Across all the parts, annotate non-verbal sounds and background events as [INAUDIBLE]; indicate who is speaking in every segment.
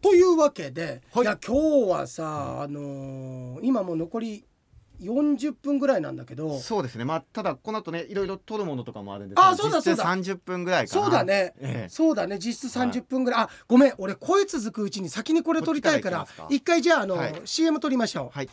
Speaker 1: というわけで、
Speaker 2: はい
Speaker 1: い、や今日はさ、あのー今もう残り40分ぐらいなんだけど
Speaker 2: そうですねまあただこの後ねいろいろ取るものとかもあるんですけど
Speaker 1: あそうだそうだ
Speaker 2: 実質30分ぐらいかな
Speaker 1: そうだね、
Speaker 2: ええ
Speaker 1: そうだね実質30分ぐらい、あごめん俺声続くうちに先にこれ撮りたいから
Speaker 2: こっちから行きますか
Speaker 1: 一回じゃあ、あの
Speaker 2: はい
Speaker 1: CM 撮りましょう、
Speaker 2: はい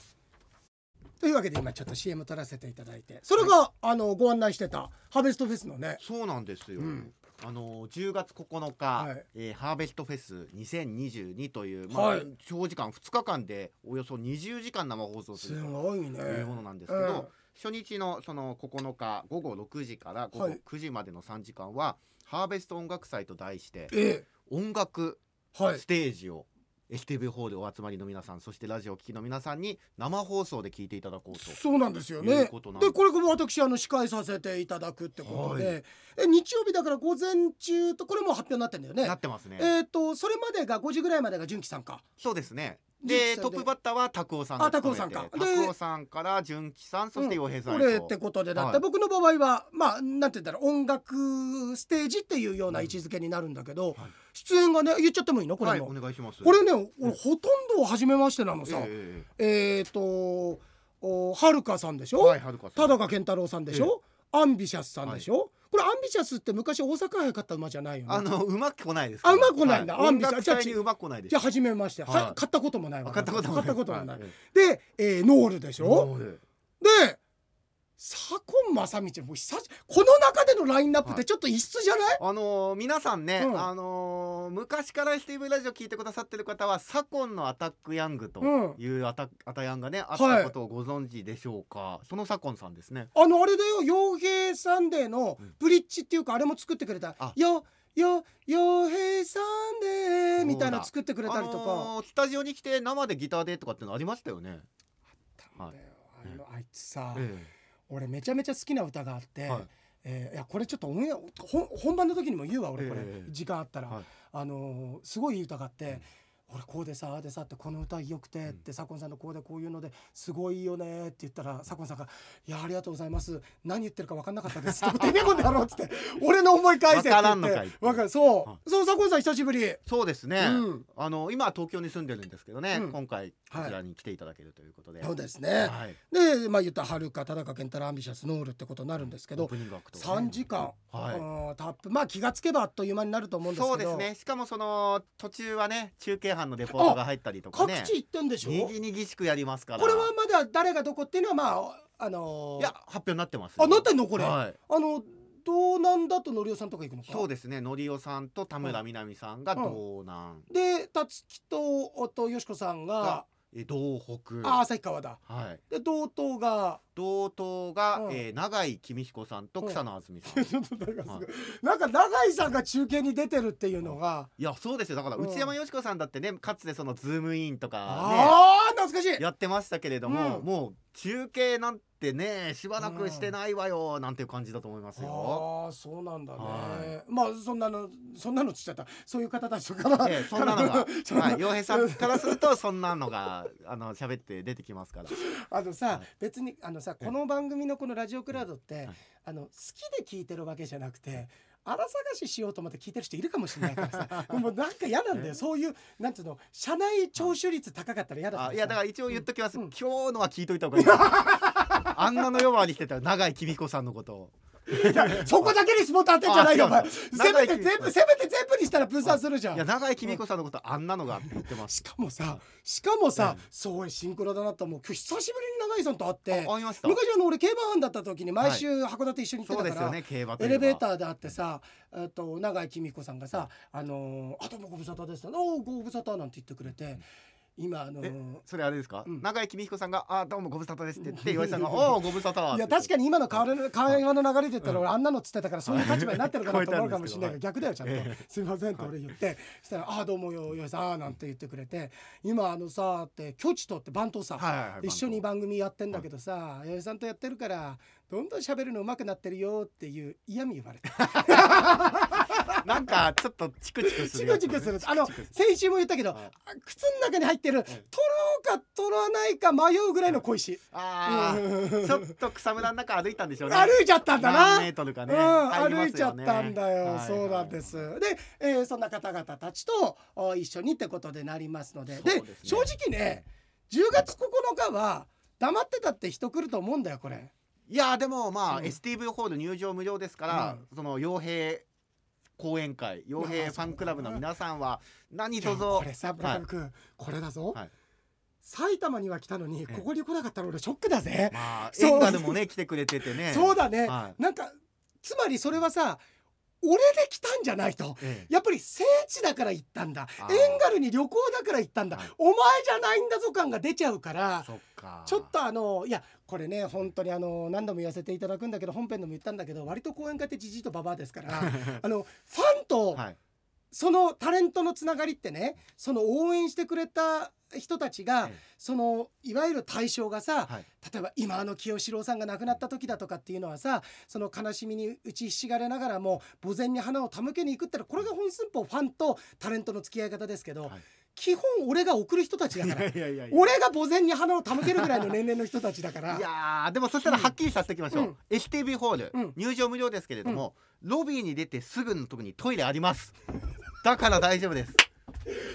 Speaker 1: というわけで今ちょっと CM 撮らせていただいてそれが、あのご案内してたハーベストフェスのね
Speaker 2: そうなんですよ、
Speaker 1: うん
Speaker 2: あの10月9日、
Speaker 1: はい
Speaker 2: えーハーベストフェス2022という、まあ
Speaker 1: はい
Speaker 2: 長時間2日間でおよそ20時間生放送す
Speaker 1: す
Speaker 2: ると
Speaker 1: ごいね
Speaker 2: いうものなんですけど、
Speaker 1: うん
Speaker 2: 初日のその9日午後6時から午
Speaker 1: は
Speaker 2: 後
Speaker 1: い
Speaker 2: 9時までの3時間は、ハーベスト音楽祭と題して
Speaker 1: え
Speaker 2: 音楽
Speaker 1: えはい
Speaker 2: ステージを STV ホールでお集まりの皆さんそしてラジオを聴きの皆さんに生放送で聞いていただこうと
Speaker 1: そうなんですよ
Speaker 2: い
Speaker 1: ね
Speaker 2: うことなんで
Speaker 1: でこれが私あの司会させていただくってことで、え日曜日だから午前中とこれもう発表になってんだよね
Speaker 2: なってますね、
Speaker 1: えっ、とそれまでが5時ぐらいまでが純喜さんか
Speaker 2: そうですね
Speaker 1: 実際
Speaker 2: で
Speaker 1: で
Speaker 2: トップバッターは拓夫さん
Speaker 1: あ
Speaker 2: が
Speaker 1: 拓
Speaker 2: 務
Speaker 1: 夫さん
Speaker 2: めて
Speaker 1: か
Speaker 2: 拓
Speaker 1: で
Speaker 2: 夫さんから純喜さんそして洋平さんへと
Speaker 1: 俺ってことでだって、
Speaker 2: はい
Speaker 1: 僕の場合はまあなんて言うんだろう音楽ステージっていうような位置づけになるんだけど、
Speaker 2: はい
Speaker 1: 出演がね言っちゃってもいいのこれ
Speaker 2: はい
Speaker 1: も、
Speaker 2: お願いします
Speaker 1: これね俺ほとんど初めましてなのさ、
Speaker 2: ええ
Speaker 1: えっ、とおはるかさんでし
Speaker 2: ええ
Speaker 1: ょ、
Speaker 2: はいはるかさ
Speaker 1: 田
Speaker 2: ん
Speaker 1: 中健太郎さんでしょ、アンビシャスさんでしょ、これアンビシャスって昔大阪杯勝った馬じゃないよね
Speaker 2: あのうまくこないです
Speaker 1: あうまく来ないんだ
Speaker 2: は
Speaker 1: あ
Speaker 2: 音
Speaker 1: じゃあ
Speaker 2: 楽祭にうまくこないです
Speaker 1: じゃあ初めまして、は
Speaker 2: はい
Speaker 1: 買ったこともないわ
Speaker 2: あ買ったこともない
Speaker 1: 買ったこともない
Speaker 2: はい
Speaker 1: で、えーノールでしょ、
Speaker 2: ええ
Speaker 1: で左近正道もう久しこの中でのラインナップってちょっと異質じゃない、
Speaker 2: あのー皆さんね、
Speaker 1: うん
Speaker 2: あのー昔から STV ラジオ聞いてくださってる方は左近のアタックヤングと
Speaker 1: うん
Speaker 2: いうアタ,、アタヤンがねあっ
Speaker 1: はい
Speaker 2: たことをご存知でしょうか、その左近さんですね
Speaker 1: あのあれだよ傭兵サンデーの
Speaker 2: うん
Speaker 1: ブリッジっていうかあれも作ってくれた
Speaker 2: あ
Speaker 1: よよ傭兵サンデーみたいなの作ってくれたりとか、
Speaker 2: あのースタジオに来て生でギターでとかってのありましたよね、
Speaker 1: なんだよあのあいつさ、
Speaker 2: え
Speaker 1: 俺めちゃめちゃ好きな歌があって、
Speaker 2: えはい
Speaker 1: えーいやこれちょっとオンエアほん本番の時にも言うわ俺これ、
Speaker 2: ええ
Speaker 1: 時間あったら、
Speaker 2: はい
Speaker 1: あのーすごいいい歌があって、俺こうでさああでさってこの歌良くてって、左近さんのこうでこういうのですごいよねって言ったら左近さんが「いやありがとうございます何言ってるか分かんなかったです」
Speaker 2: [LAUGHS]
Speaker 1: って「てめえこんだろ」っつって「俺の思い返せ」って言って
Speaker 2: わからんのかい
Speaker 1: わかるそう、
Speaker 2: はい
Speaker 1: そう左近さん久しぶり、
Speaker 2: そうですね、
Speaker 1: うん
Speaker 2: あの今は東京に住んでるんですけどね、
Speaker 1: うん
Speaker 2: 今回こちらに来ていただけるということで、
Speaker 1: そうですね、
Speaker 2: はい
Speaker 1: でまあ言ったらはるか田中健太郎アンビシャスノールってことになるんですけ
Speaker 2: オー
Speaker 1: ど
Speaker 2: プニングアクト
Speaker 1: 3時間、
Speaker 2: はい
Speaker 1: うんタップまあ気がつけばあっという間になると思うんですけど
Speaker 2: そうですねしかもその途中はね中継班のレポートが入ったりとか
Speaker 1: 各
Speaker 2: ね
Speaker 1: 地行ってんでしょ
Speaker 2: にぎにぎしくやりますから
Speaker 1: これはまだ誰がどこっていうのはまああのー
Speaker 2: いや発表になってます
Speaker 1: あなってんのこれ
Speaker 2: はい
Speaker 1: あの道南だとのりおさんとか行くのか
Speaker 2: そうですねのりおさんと田村みなみさんが道南、
Speaker 1: で辰木とおとよしこさんが
Speaker 2: え道北
Speaker 1: あ旭川だ
Speaker 2: はい
Speaker 1: で道東
Speaker 2: [LAUGHS]
Speaker 1: が
Speaker 2: 道東が、
Speaker 1: うん
Speaker 2: えー永井公彦さんと草野あ
Speaker 1: [LAUGHS]
Speaker 2: ずみさん、
Speaker 1: ちょっとなんかすごい
Speaker 2: はい
Speaker 1: [LAUGHS] なんか永井さんが中継に出てるっていうのが
Speaker 2: いやそうですよだから
Speaker 1: うん
Speaker 2: 内山よし子さんだってねかつてそのズームインとか
Speaker 1: ああ懐かしい
Speaker 2: ねやってましたけれども、
Speaker 1: うん
Speaker 2: もう中継なんてねしばらくしてないわよなんていう感じだと思いますよ。
Speaker 1: ああそうなんだね、
Speaker 2: は
Speaker 1: まあそんなのそんなのつっちゃったそういう方たちから、
Speaker 2: ええそんな
Speaker 1: [LAUGHS]
Speaker 2: のが
Speaker 1: そんな
Speaker 2: はい、洋平さんからするとそんなのがあの喋って出てきますから。
Speaker 1: あのさ、
Speaker 2: はい
Speaker 1: 別にあのさ
Speaker 2: え
Speaker 1: この番組のこのラジオクラウドって、
Speaker 2: はい
Speaker 1: あの好きで聞いてるわけじゃなくて荒探ししようと思って聞いてる人いるかもしれないから
Speaker 2: [LAUGHS]
Speaker 1: さもうなんか嫌なんだよ
Speaker 2: え
Speaker 1: そういうなんつうの社内聴取率高かったら嫌だから
Speaker 2: あ
Speaker 1: さ
Speaker 2: いやだから一応言っときます、
Speaker 1: うん
Speaker 2: 今日のは聞いといた方 [LAUGHS] がいいですあんなの夜回りしてたら永井公彦さんのことを
Speaker 1: いやそこだけにスポット当てんじゃないよお
Speaker 2: あ
Speaker 1: 前
Speaker 2: 違
Speaker 1: せ
Speaker 2: うんだ
Speaker 1: め
Speaker 2: 長
Speaker 1: て
Speaker 2: い
Speaker 1: 全部せめて全部にしたら分散するじゃ
Speaker 2: いや
Speaker 1: ん
Speaker 2: 永井公彦さんのことあんなのがって言ってます
Speaker 1: しかもさしかもさ、
Speaker 2: ええ
Speaker 1: そういうシンクロだなと思う今日久しぶりに永井さんと会って
Speaker 2: あ会いました
Speaker 1: 昔あの俺競馬班だった時に毎週函館一緒に行ってたか
Speaker 2: そうで
Speaker 1: ら、
Speaker 2: すよね競馬とい
Speaker 1: エ
Speaker 2: えば
Speaker 1: レベーターで会ってさ、えっと永井公彦さんがさ「あのー、あどうもご無沙汰です」おおご無沙汰」なんて言ってくれて今あのー
Speaker 2: それあれですか、
Speaker 1: うん
Speaker 2: 永井公彦さんが「あどうもご無沙汰です」って言って岩井さんが「おおご無沙汰」
Speaker 1: いや確か
Speaker 2: に
Speaker 1: に今の会話の会話の流れで言ったら俺あんなのっつってたからそういう立場になってるかな
Speaker 2: 聞
Speaker 1: と
Speaker 2: こえた
Speaker 1: 思
Speaker 2: ん
Speaker 1: う
Speaker 2: ですけ
Speaker 1: かもしれ
Speaker 2: ど
Speaker 1: ないけど逆だよちゃんと
Speaker 2: え
Speaker 1: 「すいません」って俺言ってそしたら「ああどうもよよいさん」なんて言ってくれて今あのさって「巨地と」って番頭さん
Speaker 2: はいはいはい
Speaker 1: 一緒に番組やってんだけどさ弥生さんとやってるからどんどん喋るの上手くなってるよっていう嫌味言われて
Speaker 2: なんかちょっとチクチクす
Speaker 1: チ
Speaker 2: る
Speaker 1: ク
Speaker 2: やつね、
Speaker 1: チクするあの
Speaker 2: チクチクする
Speaker 1: 先週も言ったけど、
Speaker 2: はい
Speaker 1: 靴の中に入ってる取ろうか取らないか迷うぐらいの小石、
Speaker 2: あ
Speaker 1: うんうんう
Speaker 2: あ
Speaker 1: ん
Speaker 2: ちょっと草むらの中歩いたんでしょうね
Speaker 1: 歩いちゃったんだな、
Speaker 2: 何メートルかね、
Speaker 1: う
Speaker 2: 入
Speaker 1: ん、
Speaker 2: り
Speaker 1: 歩
Speaker 2: ま
Speaker 1: い
Speaker 2: す
Speaker 1: ちゃ
Speaker 2: よ
Speaker 1: っ
Speaker 2: ね
Speaker 1: たんだよ、
Speaker 2: はい
Speaker 1: そうなんです、で、えーそんな方々たちとお一緒にってことでなりますのでで
Speaker 2: そうですね
Speaker 1: 正直ね10月9日は黙ってたって人来ると思うんだよこれ
Speaker 2: いやでもまあ、
Speaker 1: うん
Speaker 2: STV ホール入場無料ですから、その傭兵講演会傭
Speaker 1: ま
Speaker 2: 兵
Speaker 1: あ
Speaker 2: ファンクラブの皆さんは何
Speaker 1: じゃあ
Speaker 2: 卒
Speaker 1: これさ村上
Speaker 2: はい
Speaker 1: 君、これだぞ、
Speaker 2: はい
Speaker 1: 埼玉には来たのに
Speaker 2: ええ
Speaker 1: ここに来なかったら俺ショックだぜ、
Speaker 2: まあ
Speaker 1: そう
Speaker 2: 演歌でもね来てくれててね
Speaker 1: そうだね、
Speaker 2: はい
Speaker 1: なんかつまりそれはさ俺で来たんじゃないと
Speaker 2: ええ
Speaker 1: やっぱり聖地だから行ったんだ
Speaker 2: あー
Speaker 1: エンガルに旅行だから行ったんだ、
Speaker 2: はい
Speaker 1: お前じゃないんだぞ感が出ちゃうから
Speaker 2: そっか
Speaker 1: ちょっとあのいやこれね本当にあの何度も言わせていただくんだけど本編でも言ったんだけど割と講演会ってじじいとババアですから
Speaker 2: [LAUGHS]
Speaker 1: あのファンと
Speaker 2: はい
Speaker 1: そのタレントのつながりってねその応援してくれた人たちが、
Speaker 2: ええ
Speaker 1: そのいわゆる対象がさ、
Speaker 2: はい
Speaker 1: 例えば今の清志郎さんが亡くなった時だとかっていうのはさその悲しみに打ちひしがれながらも墓前に花を手向けに行くってのはこれが本寸法ファンとタレントの付き合い方ですけど、
Speaker 2: はい
Speaker 1: 基本俺が送る人たちだから
Speaker 2: いやいやいや
Speaker 1: 俺が墓前に花を手向けるぐらいの年齢の人たちだから
Speaker 2: いやーでもそしたらはっきりさせておきましょう、
Speaker 1: うん
Speaker 2: STV ホール、
Speaker 1: うん
Speaker 2: 入場無料ですけれども、ロビーに出てすぐのとこにトイレありますだから大丈夫です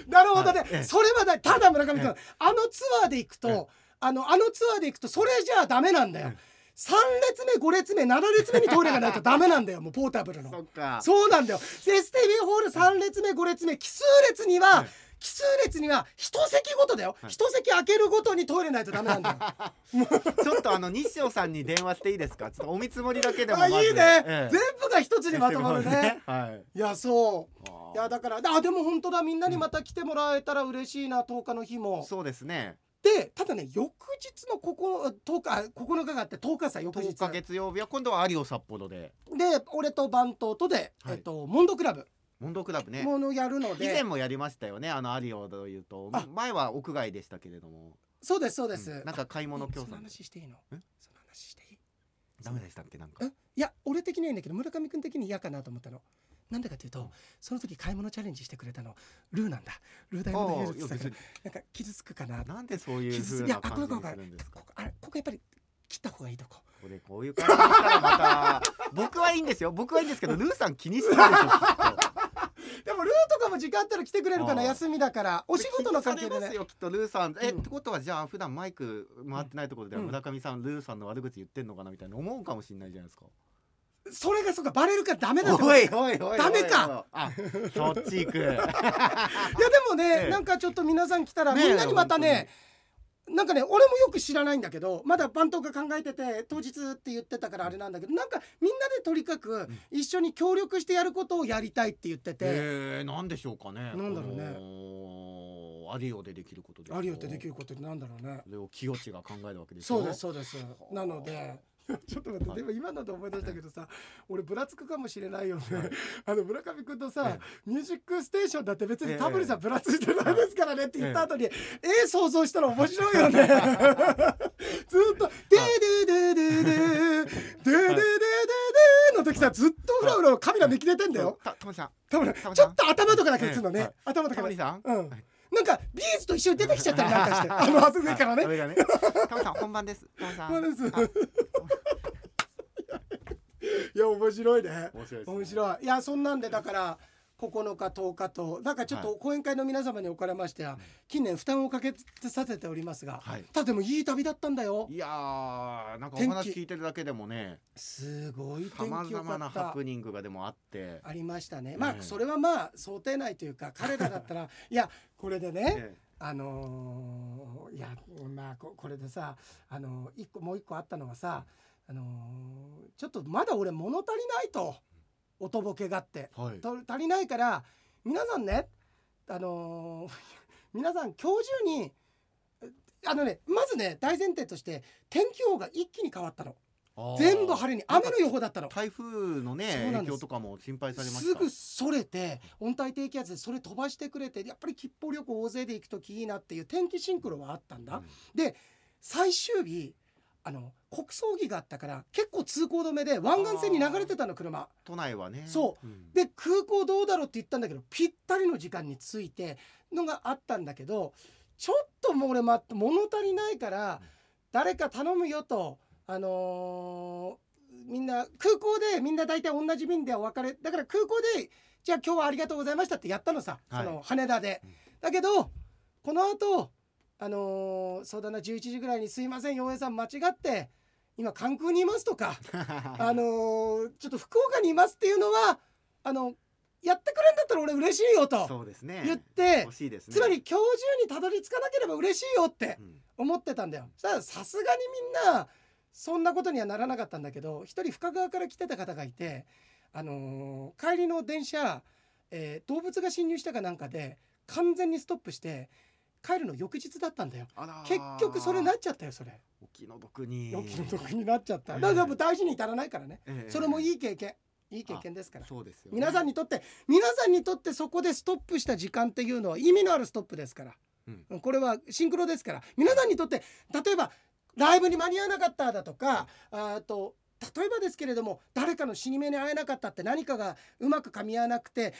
Speaker 1: なるほどね、
Speaker 2: はいええ
Speaker 1: それはだただ村上君、
Speaker 2: ええ
Speaker 1: あのツアーで行くと、
Speaker 2: ええ
Speaker 1: あのあのツアーで行くとそれじゃあダメなんだよ、
Speaker 2: ええ
Speaker 1: 3列目5列目7列目にトイレがないとダメなんだよもうポータブルの
Speaker 2: そっか
Speaker 1: そうなんだよ。STV ホール3列目5列目奇数列に
Speaker 2: は
Speaker 1: はい奇数列には一席ごとだよ。
Speaker 2: はい
Speaker 1: 一席開けるごとにトイレないとダメなんだよ。
Speaker 2: ちょっとあの西尾さんに電話していいですか。ちょっとお見積もりだ [LAUGHS] けでも
Speaker 1: あ
Speaker 2: まず。
Speaker 1: いいね、
Speaker 2: ええ
Speaker 1: 全部が一つにまと
Speaker 2: [LAUGHS]
Speaker 1: まるね。。
Speaker 2: はい。
Speaker 1: いやそう。いや
Speaker 2: だ。
Speaker 1: だからあでも本当だみんなにまた来てもらえたら嬉しいな10日の日も。
Speaker 2: そうですね。
Speaker 1: でただね翌日のここ10日あ9日があって10日さ翌日
Speaker 2: 10日月曜日は今度は有オ札幌で
Speaker 1: で俺と番頭とで、え
Speaker 2: はい
Speaker 1: っとモンドクラブ
Speaker 2: モンドクラブね。
Speaker 1: ものやるの
Speaker 2: 以
Speaker 1: で。
Speaker 2: 前もやりましたよね。あの有オというと
Speaker 1: あ
Speaker 2: 前は屋外でしたけれども。
Speaker 1: そうですそうです。
Speaker 2: うんなんか買い物協
Speaker 1: その
Speaker 2: 賛。
Speaker 1: 話していいの？そ
Speaker 2: え
Speaker 1: の話していい？
Speaker 2: ダメでしたっけなんか
Speaker 1: え。いや俺的にはいいんだけど村上君的に嫌かなと思ったのなんでかというと、
Speaker 2: うん
Speaker 1: その時買い物チャレンジしてくれたのルーなんだルーダイヤモンド
Speaker 2: あ
Speaker 1: ヘ
Speaker 2: あ
Speaker 1: ルズって言
Speaker 2: いや
Speaker 1: ってたから
Speaker 2: 別に
Speaker 1: なんか傷つくかな
Speaker 2: なんでそういう
Speaker 1: 傷つ
Speaker 2: 風
Speaker 1: いや
Speaker 2: な
Speaker 1: あこ
Speaker 2: 感
Speaker 1: れ
Speaker 2: じ
Speaker 1: これこれ
Speaker 2: にするんですか。
Speaker 1: ここあれここやっぱり切った方がいいとこ
Speaker 2: これこういう感じにしたらまた僕はいいんですよ。僕はいいんですけどルーさん気にしてるでしょ。きっと
Speaker 1: でもルーとかも時間あったら来てくれるかな
Speaker 2: ああ
Speaker 1: 休みだからお仕事の関係で
Speaker 2: 気にされま
Speaker 1: ね
Speaker 2: すよきっとルーさんえ、
Speaker 1: うん
Speaker 2: ってことはじゃあ普段マイク回ってないところでは
Speaker 1: うん
Speaker 2: 村上さん、ルーさんの悪口言ってんのかなみたいな思うかもしれないじゃないですか。
Speaker 1: それがそうかバレるからダメだってこと
Speaker 2: お
Speaker 1: い
Speaker 2: いおいおいおい
Speaker 1: ダメか
Speaker 2: あそっち行く
Speaker 1: やでもね、
Speaker 2: ええ
Speaker 1: なんかちょっと皆さん来たら、
Speaker 2: ねえ
Speaker 1: みんなにまたねなんかね俺もよく知らないんだけどまだ番頭が考えてて当日って言ってたからあれなんだけどなんかみんなでとにかく
Speaker 2: ん
Speaker 1: 一緒に協力してやることをやりたいって言ってて、
Speaker 2: えー、なんでしょうかね
Speaker 1: なんだろうね
Speaker 2: ねアリオでできることです
Speaker 1: あるよってできる
Speaker 2: る
Speaker 1: ことってなんだろうね
Speaker 2: それを清地が考えるわけですよ
Speaker 1: そうですそうですなので [LAUGHS] ちょっと待ってでも今ので思い出したけどさ俺ぶらつくかもしれないよね [LAUGHS] あの村上君とさ
Speaker 2: え
Speaker 1: 「ミュージックステーション」だって別に
Speaker 2: ええ
Speaker 1: タモリさんぶらついてないですからねって言った後に「ええ想像したら面白いよ [LAUGHS] ね」ずっと「でーでーでーでーでーでーでーでーでーでーの時さずっとうろうろカメラ見切れてんだよ
Speaker 2: たタモリさん
Speaker 1: タモリ
Speaker 2: タモリ
Speaker 1: ち
Speaker 2: さ
Speaker 1: ょ
Speaker 2: ん
Speaker 1: っと頭とかだけ映るの
Speaker 2: ええ
Speaker 1: ね
Speaker 2: はい
Speaker 1: 頭と
Speaker 2: タ
Speaker 1: か
Speaker 2: モ
Speaker 1: だ
Speaker 2: リ
Speaker 1: け
Speaker 2: さん
Speaker 1: うん
Speaker 2: はい
Speaker 1: なんかビーズと一緒に出てきちゃったりなんかしてあの上からね
Speaker 2: 上がねタモリさん本番ですタモリさん
Speaker 1: 本番です
Speaker 2: あ
Speaker 1: いや面白いね
Speaker 2: 面白いですね
Speaker 1: 面白いいやそんなんでだから9日10日となんかちょっと
Speaker 2: は
Speaker 1: 講演会の皆様におかれましては、近年負担をかけさせておりますが、
Speaker 2: はい
Speaker 1: ただでもいい旅だったんだよ
Speaker 2: いやーなんかお話
Speaker 1: 天気
Speaker 2: 聞いてるだけでもね
Speaker 1: すごい
Speaker 2: さま
Speaker 1: 天気
Speaker 2: ざ
Speaker 1: 良か
Speaker 2: まな
Speaker 1: っ
Speaker 2: ハ
Speaker 1: た
Speaker 2: プニングがでもあって、
Speaker 1: ありましたねまあ、
Speaker 2: ええ
Speaker 1: それはまあ想定内というか彼らだ
Speaker 2: [LAUGHS]
Speaker 1: ったらいやこれでね、
Speaker 2: え
Speaker 1: あのーいやまあここれでさ、あのー一個もう一個あったのはさ、あのーちょっとまだ俺物足りないとおとぼけがあって
Speaker 2: えはい
Speaker 1: と足りないから皆さんね、あのー [LAUGHS] 皆さん今日中にえあのねまずね大前提として天気予報が一気に変わったの全部晴れに雨の予報だったの。
Speaker 2: 台風の
Speaker 1: そうな
Speaker 2: ね
Speaker 1: んです
Speaker 2: 影響とかも心配されました
Speaker 1: すぐそれて温帯低気圧でそれ飛ばしてくれてやっぱり吉報旅行大勢で行くときいいなっていう天気シンクロはあったんだ、
Speaker 2: うん
Speaker 1: で最終日あの国葬儀があったから結構通行止めで湾岸線に流れてたの車
Speaker 2: 都内はね
Speaker 1: そ
Speaker 2: [LAUGHS] うん
Speaker 1: で空港どうだろうって言ったんだけどぴったりの時間に着いてのがあったんだけどちょっともう俺、ま、物足りないから
Speaker 2: うん
Speaker 1: 誰か頼むよとあのーみんな空港でみんな大体同じ便でお別れだから空港でじゃあ今日はありがとうございましたってやったのさ、
Speaker 2: はい
Speaker 1: その羽田で
Speaker 2: うん。
Speaker 1: だけどこの後あのーそうだな11時ぐらいに「すいません陽平さん間違って今関空にいます」とか。あのーちょっと福岡にいますっていうのはあのやってくれんだったら俺嬉しいよと
Speaker 2: そうですね
Speaker 1: 言って、
Speaker 2: 欲しいですね
Speaker 1: つまり今日中にたどり着かなければ嬉しいよって
Speaker 2: うん
Speaker 1: 思ってたんだよ。さあさすがにみんなそんなことにはならなかったんだけど一人深川から来てた方がいて、あのー帰りの電車、えー動物が侵入したかなんかで完全にストップして帰るの翌日だったんだよ。
Speaker 2: あらー
Speaker 1: 結局それなっちゃったよそれ。
Speaker 2: お気の毒に
Speaker 1: お気の毒になっちゃった。
Speaker 2: えー
Speaker 1: だからもう大事に至らないからね。
Speaker 2: ええ
Speaker 1: それもいい経験いい経験ですから
Speaker 2: そうですよね
Speaker 1: 皆さんにとって皆さんにとってそこでストップした時間っていうのは意味のあるストップですから、
Speaker 2: う
Speaker 1: これはシンクロですから皆さんにとって例えばライブに間に合わなかっただとかああと例えばですけれども誰かの死に目に会えなかったって何かがうまく噛み合わなくて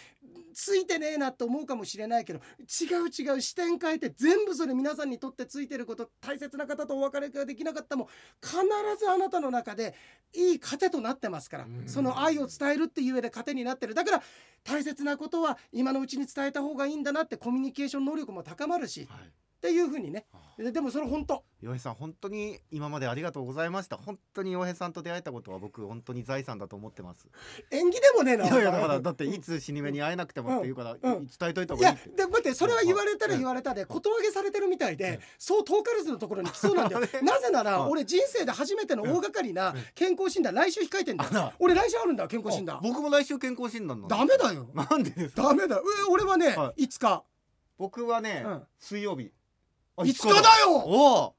Speaker 1: ついてねえなと思うかもしれないけど違う違う視点変えて全部それ皆さんにとってついてること大切な方とお別れができなかったも必ずあなたの中でいい糧となってますから
Speaker 2: うん
Speaker 1: その愛を伝えるっていう上で糧になってるだから大切なことは今のうちに伝えた方がいいんだなってコミュニケーション能力も高まるし
Speaker 2: はい
Speaker 1: っていうふうにね
Speaker 2: あー
Speaker 1: ででもそれ本当
Speaker 2: 洋平さん本当に今までありがとうございました本当に洋平さんと出会えたことは僕本当に財産だと思って
Speaker 1: [LAUGHS]
Speaker 2: ます
Speaker 1: 縁起でもねえ
Speaker 2: い
Speaker 1: な
Speaker 2: やいやだからだっていつ死に目に会えなくてもっていうから
Speaker 1: うんうん
Speaker 2: 伝えといた
Speaker 1: い
Speaker 2: 方がいい
Speaker 1: や
Speaker 2: って
Speaker 1: で待ってそれは言われたら
Speaker 2: うん
Speaker 1: 言われたでことわげされてるみたいで、
Speaker 2: うん
Speaker 1: そう遠からずのところに来そうなんだよ
Speaker 2: [LAUGHS] あれ
Speaker 1: なぜなら
Speaker 2: うん
Speaker 1: 俺人生で初めての大掛かりな
Speaker 2: うん
Speaker 1: 健康診断来週控えてんだよ
Speaker 2: あら
Speaker 1: 俺来週あるんだ健康診
Speaker 2: あ
Speaker 1: 断
Speaker 2: 僕も来週健康診断なの
Speaker 1: ダメだよ
Speaker 2: なんでですか
Speaker 1: ダメだよえ俺はね、、
Speaker 2: はい
Speaker 1: つか
Speaker 2: 僕はね
Speaker 1: うん
Speaker 2: 水曜日あ
Speaker 1: 5日だよ
Speaker 2: おお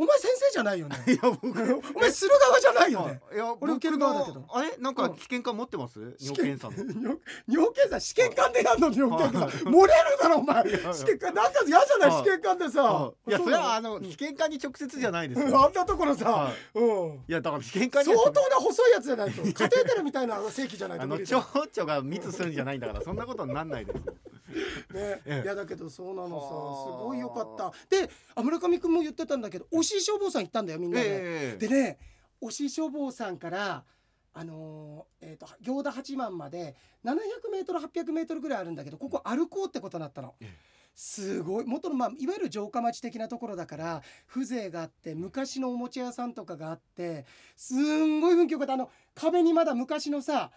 Speaker 1: お前先生じゃ [LAUGHS] ないよね
Speaker 2: いや [LAUGHS] 僕
Speaker 1: お前する側じゃないよね
Speaker 2: いや
Speaker 1: 俺受ける側だけど
Speaker 2: 僕のあれなん
Speaker 1: う
Speaker 2: か
Speaker 1: ん
Speaker 2: 危険感持ってます
Speaker 1: 試
Speaker 2: 尿
Speaker 1: 験
Speaker 2: 検査の
Speaker 1: [LAUGHS] 尿尿検査試験官でやんの尿検査
Speaker 2: はい
Speaker 1: 漏れるだろお前
Speaker 2: いやいや
Speaker 1: 試験官なんか嫌じゃない
Speaker 2: は
Speaker 1: 試
Speaker 2: い
Speaker 1: 験官でさ
Speaker 2: いやそれはあ
Speaker 1: の
Speaker 2: の危険感に直接じゃないですよ
Speaker 1: [LAUGHS] あんなところさ
Speaker 2: はい
Speaker 1: うん
Speaker 2: いやだから危険感に
Speaker 1: 相当な細いやつじゃない
Speaker 2: [LAUGHS]
Speaker 1: とカテーテルみたいな正規じゃない
Speaker 2: あ
Speaker 1: と
Speaker 2: の
Speaker 1: 無理だ
Speaker 2: 蝶
Speaker 1: よ
Speaker 2: 々が密するんじゃないんだからそんなことにな
Speaker 1: [LAUGHS]
Speaker 2: んないです
Speaker 1: ね、
Speaker 2: ええ
Speaker 1: いやだけどそうなのさ
Speaker 2: はあ
Speaker 1: すごいよかったであ村上君も言ってたんだけど押井消防さん行ったんだよみんなで、
Speaker 2: え
Speaker 1: で
Speaker 2: え
Speaker 1: ね押井消防さんからあのーえー、と行田八幡まで 700m800m ぐらいあるんだけどここ歩こうってことになったの
Speaker 2: ええ。
Speaker 1: すごい元の、まあ、いわゆる城下町的なところだから風情があって昔のおもちゃ屋さんとかがあってすんごい雰囲気よかったあの壁にまだ昔のさ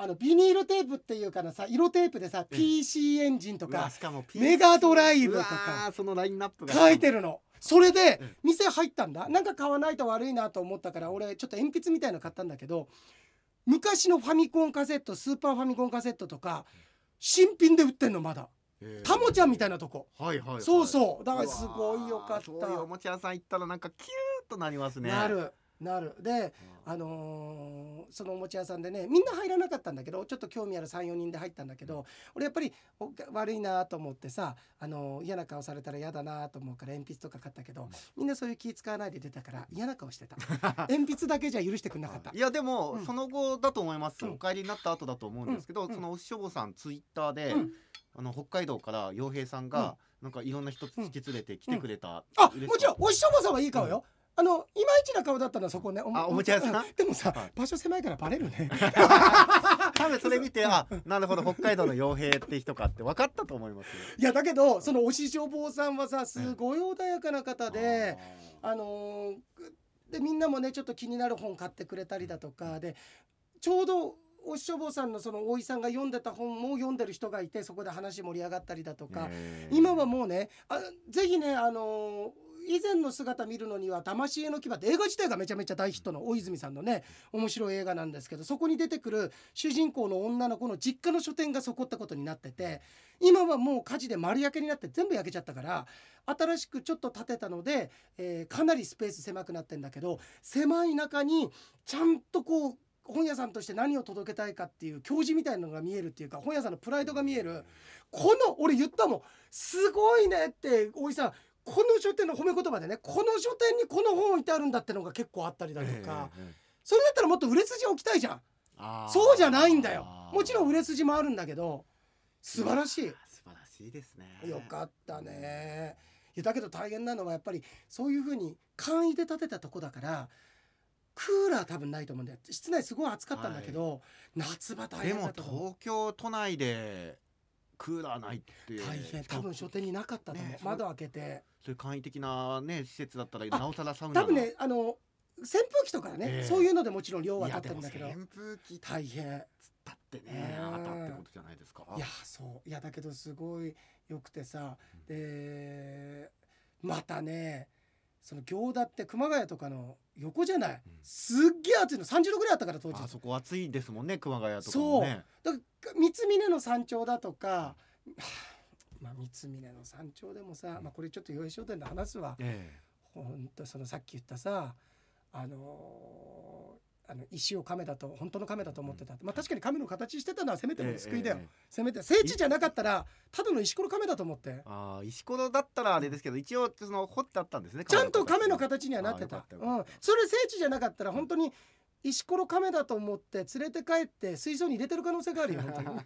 Speaker 1: あのビニールテープっていうかなさ色テープでさ
Speaker 2: ええ
Speaker 1: PC エンジンと
Speaker 2: うわ
Speaker 1: か
Speaker 2: しかもピ
Speaker 1: メガドライブとか
Speaker 2: うわーそのラインナップが
Speaker 1: 書いてるのそれで
Speaker 2: うん
Speaker 1: 店入ったんだなんか買わないと悪いなと思ったから俺ちょっと鉛筆みたいの買ったんだけど昔のファミコンカセットスーパーファミコンカセットとか新品で売ってんのまだタモちゃんみたい
Speaker 2: な
Speaker 1: なとこ
Speaker 2: はいはいはい
Speaker 1: そうそうだから
Speaker 2: わー
Speaker 1: すごいよかっ
Speaker 2: そういうお
Speaker 1: た
Speaker 2: もちゃ屋さん行ったらなんかキューッとなりますね
Speaker 1: なるなるで
Speaker 2: あ
Speaker 1: あのーそのおもちゃ屋さんでねみんな入らなかったんだけどちょっと興味ある34人で入ったんだけど俺やっぱりお悪いなと思ってさ、あのー嫌な顔されたら嫌だなと思うから鉛筆とか買ったけどみんなそういう気使わないで出たから嫌 [LAUGHS] な顔してた鉛筆だけじゃ許してくれなかった
Speaker 2: いやでも、
Speaker 1: うん
Speaker 2: その後だと思います、
Speaker 1: うん
Speaker 2: お帰りになった後だと思うんですけど、
Speaker 1: うん
Speaker 2: そのお師匠さんツイッターで、
Speaker 1: うん
Speaker 2: あの北海道から洋平さんが、なんかいろんな人引き連れて来てくれた、
Speaker 1: あ
Speaker 2: 嬉しか
Speaker 1: も
Speaker 2: っ
Speaker 1: ち
Speaker 2: た
Speaker 1: ろんお師匠さんはいい顔よ、あのいまいちな顔だったのはそこねお
Speaker 2: あおもちゃ屋さん
Speaker 1: うんでもさ、
Speaker 2: はい
Speaker 1: 場所狭いからバレるね
Speaker 2: 多分それ見てあなるほど北海道の傭兵って人かって分かったと思いますよ
Speaker 1: いやだけどそのお師匠坊さんはさすごい穏やかな方で、
Speaker 2: あー
Speaker 1: あのーでみんなもねちょっと気になる本買ってくれたりだとかでちょうどお師匠坊さんのその大井さんが読んでた本も読んでる人がいてそこで話盛り上がったりだとか、
Speaker 2: えー
Speaker 1: 今はもうねあぜひねあのー以前の姿見るのには「騙し絵の牙」って映画自体がめちゃめちゃ大ヒットの大泉さんのね面白い映画なんですけどそこに出てくる主人公の女の子の実家の書店がそこってことになってて今はもう火事で丸焼けになって全部焼けちゃったから新しくちょっと建てたので、えーかなりスペース狭くなってんだけど狭い中にちゃんとこう本屋さんとして何を届けたいかっていう教示みたいなのが見えるっていうか本屋さんのプライドが見えるこの俺言ったもんすごいねって大井さんこの書店の褒め言葉でねこの書店にこの本置いてあるんだってのが結構あったりだとか、
Speaker 2: ええええ
Speaker 1: それだったらもっと売れ筋置きたいじゃん
Speaker 2: あー
Speaker 1: そうじゃないんだよ
Speaker 2: あー
Speaker 1: もちろん売れ筋もあるんだけど素晴らしい
Speaker 2: あー素晴らしいですね
Speaker 1: よかったね。いやだけど大変なのはやっぱりそういうふうに簡易で建てたとこだからクーラー多分ないと思うんだよ室内すごい暑かったんだけど、夏場大
Speaker 2: で
Speaker 1: 変だ
Speaker 2: も
Speaker 1: ったと思う
Speaker 2: 東京都内でクーラーないって
Speaker 1: 大変多分書店になかったと思う、
Speaker 2: ね
Speaker 1: 窓開けて
Speaker 2: そういう簡易的なね施設だったらなおさらサウナ
Speaker 1: 多
Speaker 2: が
Speaker 1: 分ねあの扇風機とかね、
Speaker 2: ええ
Speaker 1: そういうのでもちろん量は
Speaker 2: 分
Speaker 1: 立
Speaker 2: か
Speaker 1: っ
Speaker 2: った
Speaker 1: たん
Speaker 2: ん
Speaker 1: だけ
Speaker 2: だけ
Speaker 1: ど
Speaker 2: ど扇風機だ
Speaker 1: 大変
Speaker 2: ってね
Speaker 1: うん
Speaker 2: あったってことじゃないですか
Speaker 1: いやそういやだけどすごい良くてさでまたねその行田って熊谷とかの横じゃない、
Speaker 2: うん
Speaker 1: すっげえ暑いの30度ぐらいあったから当時
Speaker 2: あそこ暑いですもんね熊谷とか
Speaker 1: そう
Speaker 2: もね
Speaker 1: だから三峰の山頂だとか、はあまあ、三峰の山頂でもさ、まあ、これちょっと洋書店で話すわ
Speaker 2: え
Speaker 1: 本当そのさっき言ったさあのーあの石を亀だと本当の亀だと思ってたって、まあ、確かに亀の形してたのはせめ
Speaker 2: え
Speaker 1: てもの救いだよ、
Speaker 2: ええええ
Speaker 1: せめて聖地じゃなかったらただの石ころ亀だと思って
Speaker 2: あー石ころだったらあれですけど一応その掘ってあったんですね
Speaker 1: ちゃんと亀
Speaker 2: 熊谷
Speaker 1: の
Speaker 2: とか
Speaker 1: 形にはなってた
Speaker 2: あー
Speaker 1: うん
Speaker 2: よかったよかった、
Speaker 1: それ聖地じゃなかったら本当に石ころ亀だと思って連れて帰って水槽に入れてる可能性があるよ
Speaker 2: [LAUGHS]
Speaker 1: 本当に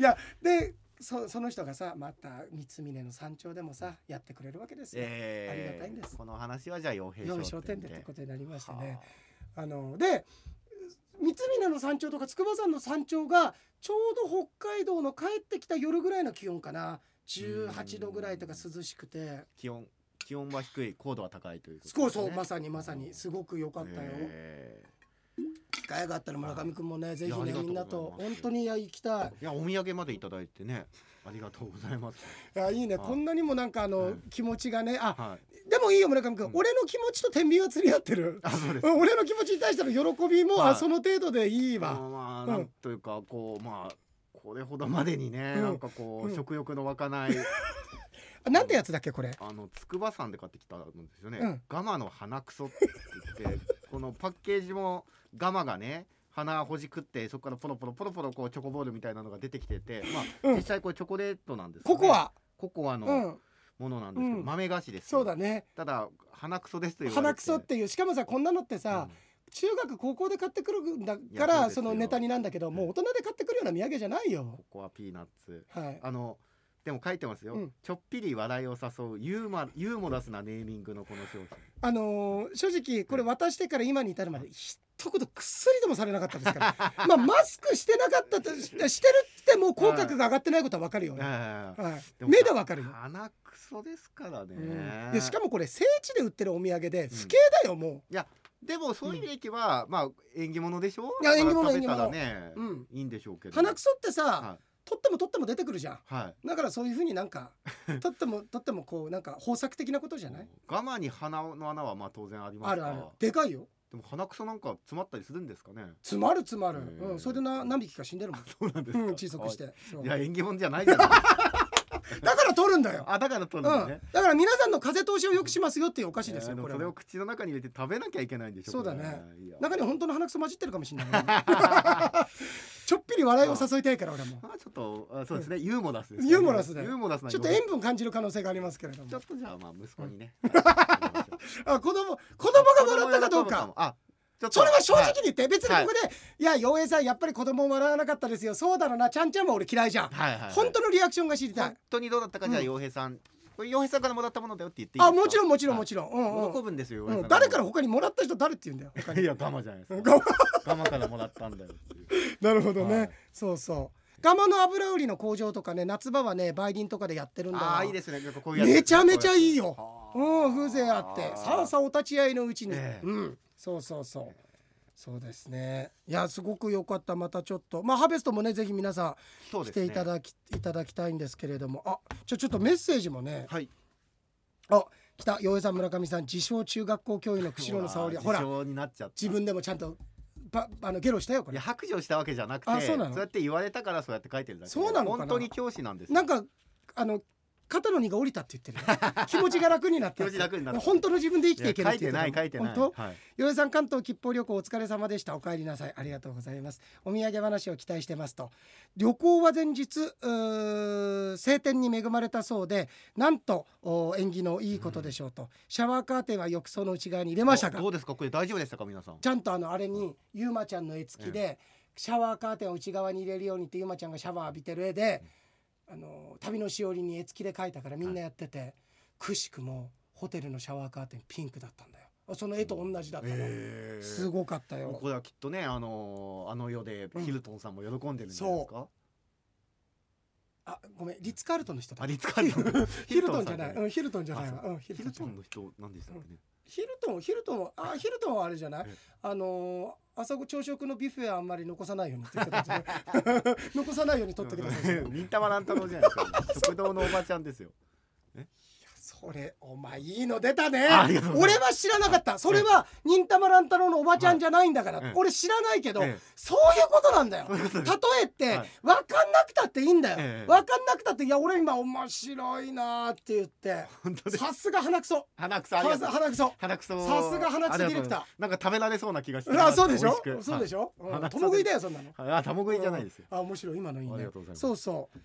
Speaker 1: いやでそその人がさまた三峰の山頂でもさやってくれるわけですよ、あり
Speaker 2: ええ
Speaker 1: がたいんです
Speaker 2: この話はじゃあ傭兵
Speaker 1: よい
Speaker 2: 商
Speaker 1: 商
Speaker 2: 店
Speaker 1: 店
Speaker 2: で
Speaker 1: でってことになりましてね
Speaker 2: は。
Speaker 1: あので三峰の山頂とか筑波山の山頂がちょうど北海道の帰ってきた夜ぐらいの気温かな18度ぐらいとか涼しくて
Speaker 2: あ気温気温は低い高度は高いということ
Speaker 1: そうそうま
Speaker 2: に
Speaker 1: さにまさにすごく良かったよ。
Speaker 2: ええ
Speaker 1: 機会があったら村上くんもねぜひ
Speaker 2: あり
Speaker 1: ね
Speaker 2: がとう
Speaker 1: みんな
Speaker 2: ご
Speaker 1: と
Speaker 2: ざいます
Speaker 1: 本当にいや行きたい。
Speaker 2: いやお土産までいただいてねありがとうございます。
Speaker 1: いやいいね
Speaker 2: はい
Speaker 1: こんなにもなんかあ
Speaker 2: は
Speaker 1: の
Speaker 2: い
Speaker 1: 気持ちがねあ
Speaker 2: はい。
Speaker 1: でもいいよ村上く
Speaker 2: うんん
Speaker 1: 俺の気持ちと天秤は釣り合ってる。
Speaker 2: あそうです。
Speaker 1: うん俺の気持ちに対しての喜びも
Speaker 2: は
Speaker 1: あ
Speaker 2: い
Speaker 1: その程度でいい
Speaker 2: まあ
Speaker 1: わ。
Speaker 2: まあ
Speaker 1: うん
Speaker 2: なんというかこうまあこれほどまでにね
Speaker 1: うん
Speaker 2: なんかこ
Speaker 1: う
Speaker 2: うん食欲の湧
Speaker 1: [LAUGHS]
Speaker 2: かない
Speaker 1: あなんてやつだっけこれ。
Speaker 2: あの筑波山で買ってきたんですよ
Speaker 1: う
Speaker 2: ね
Speaker 1: ん。
Speaker 2: ガマの花くそって言ってこのパッケージもガマがね。鼻ほじくってそこからポロポロポロポロこうチョコボールみたいなのが出てきてて、ま
Speaker 1: う
Speaker 2: あ
Speaker 1: ん
Speaker 2: 実際これチョコレートなんですかね
Speaker 1: ココア。
Speaker 2: ココア
Speaker 1: う
Speaker 2: の
Speaker 1: ん
Speaker 2: ものなんですけど、
Speaker 1: うん
Speaker 2: 豆菓子ですよ
Speaker 1: そうだね。
Speaker 2: ただ鼻くそですと言われて
Speaker 1: 鼻くそっていうしかもさこんなのってさ
Speaker 2: うん
Speaker 1: 中学高校で買ってくるんだか
Speaker 2: いやそう
Speaker 1: ら
Speaker 2: です
Speaker 1: そ
Speaker 2: よ
Speaker 1: のネタになんだけどもう大人で買ってくるような土産じゃないよ
Speaker 2: こ。こはピーナッツ
Speaker 1: はい。
Speaker 2: あのでも書いてますよ、
Speaker 1: うん
Speaker 2: ちょっぴり笑いを誘うユーマユーモラスなネーミングのこの商品
Speaker 1: あのー正直これ渡してから今に至るまで一言くっすりでもされなかったですから
Speaker 2: [LAUGHS]
Speaker 1: まあマスクしてなかったとししてるってもう口角が上がってないことは分かるよね、
Speaker 2: ええ
Speaker 1: はい、
Speaker 2: でも
Speaker 1: 目で分かるよ、
Speaker 2: 鼻くそですからね、
Speaker 1: うんでしかもこれ聖地で売ってるお土産で不敬だよも
Speaker 2: でもそういう意味では、まあ縁起物でしょ
Speaker 1: いや縁起物
Speaker 2: まあ食べたらね
Speaker 1: 縁起、物うん
Speaker 2: いいんでしょうけ
Speaker 1: う
Speaker 2: ど
Speaker 1: 鼻くそってさ、
Speaker 2: は
Speaker 1: 取っても取っても出てくるじゃん
Speaker 2: い、はい
Speaker 1: だからそういうふうになん [LAUGHS] か取っても取ってもこうなんか豊作的なことじゃない
Speaker 2: 我慢に鼻の穴はまあ当然あります
Speaker 1: ある
Speaker 2: か
Speaker 1: あるでかいよ
Speaker 2: でも鼻くそなんか詰まったりするんですかね [LAUGHS]
Speaker 1: 詰まる詰まる、
Speaker 2: へえ
Speaker 1: うん、それでな何匹か死んでるもん、
Speaker 2: そうなんです
Speaker 1: う
Speaker 2: か、
Speaker 1: ん、小さくしてそう
Speaker 2: いや縁起物じゃないじゃないですか
Speaker 1: だから取るんだよ
Speaker 2: あだから取る
Speaker 1: うんん
Speaker 2: だね、、
Speaker 1: だから皆さんの風通しを良くしますよっていうお菓子です
Speaker 2: え
Speaker 1: よ、
Speaker 2: ーでも
Speaker 1: これ
Speaker 2: それを
Speaker 1: は
Speaker 2: 口の中に入れて食べなきゃいけないんでしょ
Speaker 1: そうだね
Speaker 2: これいや
Speaker 1: 中に本当の鼻くそ混じってるかもしれないちょっぴり笑いを誘いたいから俺 [LAUGHS] も
Speaker 2: まあちょっとあそうですね、ユーモラスです、
Speaker 1: ユーモラスだよ
Speaker 2: ユーモラスな
Speaker 1: ちょっと
Speaker 2: ち
Speaker 1: 塩分感じる可能性がありますけれど
Speaker 2: ょ
Speaker 1: も
Speaker 2: っとじゃあまあ息子にね、
Speaker 1: あ子供子供が笑ったかどうか
Speaker 2: あちょっと
Speaker 1: それは正直に
Speaker 2: い
Speaker 1: 言って、別にここで、い、や陽平さんやっぱり子供笑わなかったですよそうだろうなちゃんちゃんは俺嫌いじゃん、
Speaker 2: はいはいはい
Speaker 1: 本当のリアクションが知りたい
Speaker 2: 本当にどうだったか、じゃあ洋平さんこれ洋平さんからもらったものだよって言っていい
Speaker 1: あもちろんもちろんもち
Speaker 2: ろ
Speaker 1: ろん、うんうん
Speaker 2: 喜ぶんですよ、
Speaker 1: う
Speaker 2: 洋平
Speaker 1: ん
Speaker 2: さん
Speaker 1: 誰から他にもらった人誰って言うんだよ他に
Speaker 2: [LAUGHS] いやガマじゃないです
Speaker 1: ガ
Speaker 2: かガマからもらったんだよっていう
Speaker 1: なるほどね、
Speaker 2: はい
Speaker 1: そうそうガマの油売りの工場とかね夏場はね梅林とかでやってるんだ
Speaker 2: あ
Speaker 1: わ
Speaker 2: あいいですねなんかこういうやつ
Speaker 1: めちゃめちゃいいよ
Speaker 2: こういう
Speaker 1: う
Speaker 2: やつ
Speaker 1: ん風情あってさあさあお立ち会いのうちに、
Speaker 2: ええ
Speaker 1: うんそうそうそう、そうですねいやすごく良かったまたちょっとまあハーベストもねぜひ皆さ
Speaker 2: そうんで
Speaker 1: 来
Speaker 2: す
Speaker 1: て
Speaker 2: ね
Speaker 1: いただき、いただきたいんですけれどもあじゃあちょっとメッセージもね
Speaker 2: はい
Speaker 1: あ来た洋江さん村上さん自称中学校教諭の釧路の沙
Speaker 2: [LAUGHS]
Speaker 1: 織ほら
Speaker 2: 自称になっちゃった
Speaker 1: 自分でもちゃんとばあのゲロしたよこ
Speaker 2: い
Speaker 1: れ
Speaker 2: や白状したわけじゃなくて
Speaker 1: あそうなの
Speaker 2: やって言われたからそうやって書いてるだけで
Speaker 1: そうなのかな
Speaker 2: 本当に教師なんですよ
Speaker 1: なんかあの肩の荷が下りたって言ってる
Speaker 2: [LAUGHS]
Speaker 1: よ気持ちが楽になって
Speaker 2: 気持ち楽になった
Speaker 1: 本当の自分で生きていける
Speaker 2: 書
Speaker 1: っ
Speaker 2: い
Speaker 1: て言
Speaker 2: て
Speaker 1: ってた
Speaker 2: ない書いてない
Speaker 1: 本当
Speaker 2: はい
Speaker 1: よえさん関東吉報旅行お疲れ様でしたお帰りなさいありがとうございますお土産話を期待してますと旅行は前日うー晴天に恵まれたそうでなんとお縁起のいいことでしょうと、シャワーカーテンは浴槽の内側に入れました
Speaker 2: あ
Speaker 1: が
Speaker 2: どうですかこれ大丈夫でしたか皆さん
Speaker 1: ちゃんとあのあれにゆうまちゃんの絵付きでシャワーカーテンを内側に入れるようにってゆうまちゃんがシャワー浴びてる絵であの旅のしおりに絵付きで描いたからみんなやっててくしくもホテルのシャワーカーテンピンクだったんだよあその絵と同じだったの。
Speaker 2: えー
Speaker 1: すごかったよ
Speaker 2: こ。れはきっとねあのーあの世でヒルトンさんも喜んでるんじゃないですか、
Speaker 1: あ、ごめん、リッツカールトンの人だ
Speaker 2: あ。リッツカールトン
Speaker 1: ヒルトンじゃ
Speaker 2: さん
Speaker 1: ない。うん、ヒルトンじゃない
Speaker 2: あ
Speaker 1: わ。
Speaker 2: そう
Speaker 1: うん、ヒ
Speaker 2: ヒ
Speaker 1: ル
Speaker 2: ル
Speaker 1: ト
Speaker 2: ト
Speaker 1: ン
Speaker 2: ンの人なんでしたっけね、
Speaker 1: ヒルトン、ヒルトンは、あ、ヒルトンはあれじゃない
Speaker 2: ええ。
Speaker 1: あのー、朝ご朝食のビュッフェはあんまり残さないようにって言ってた [LAUGHS] やつね残さないように取ってください。い
Speaker 2: [LAUGHS]
Speaker 1: や、
Speaker 2: 忍たま乱太郎じゃないですか食堂のおばちゃんですよ
Speaker 1: それ、お前いいの出たね
Speaker 2: あありがとう。ござ
Speaker 1: 俺
Speaker 2: い
Speaker 1: は知らなかった。それは忍たま乱太郎のおばちゃんじゃないんだから
Speaker 2: はいええ。
Speaker 1: 俺知らないけど、
Speaker 2: ええ
Speaker 1: そういうことなんだよ。
Speaker 2: [LAUGHS] そういうことです
Speaker 1: 例えって、
Speaker 2: はい
Speaker 1: 分かんなくたっていいんだよ、
Speaker 2: ええ
Speaker 1: 分かんなくたっていや俺今面白いなーって言って
Speaker 2: 本当 [LAUGHS] です
Speaker 1: さすが鼻くそ
Speaker 2: 鼻くそあり
Speaker 1: 鼻
Speaker 2: が
Speaker 1: くそ
Speaker 2: とう
Speaker 1: 鼻く
Speaker 2: [LAUGHS]
Speaker 1: そ
Speaker 2: 鼻くそ
Speaker 1: さすが鼻くそディレクター
Speaker 2: ありがとうございますなんか食べられそうな気がして
Speaker 1: あそうでしょ
Speaker 2: 美味く
Speaker 1: そうでしょ
Speaker 2: はい鼻くそ
Speaker 1: とも食いだよそんなの
Speaker 2: はいあ卵食いじゃないですよ、
Speaker 1: あ面白い今のいいね
Speaker 2: ありがとうございます
Speaker 1: そうそう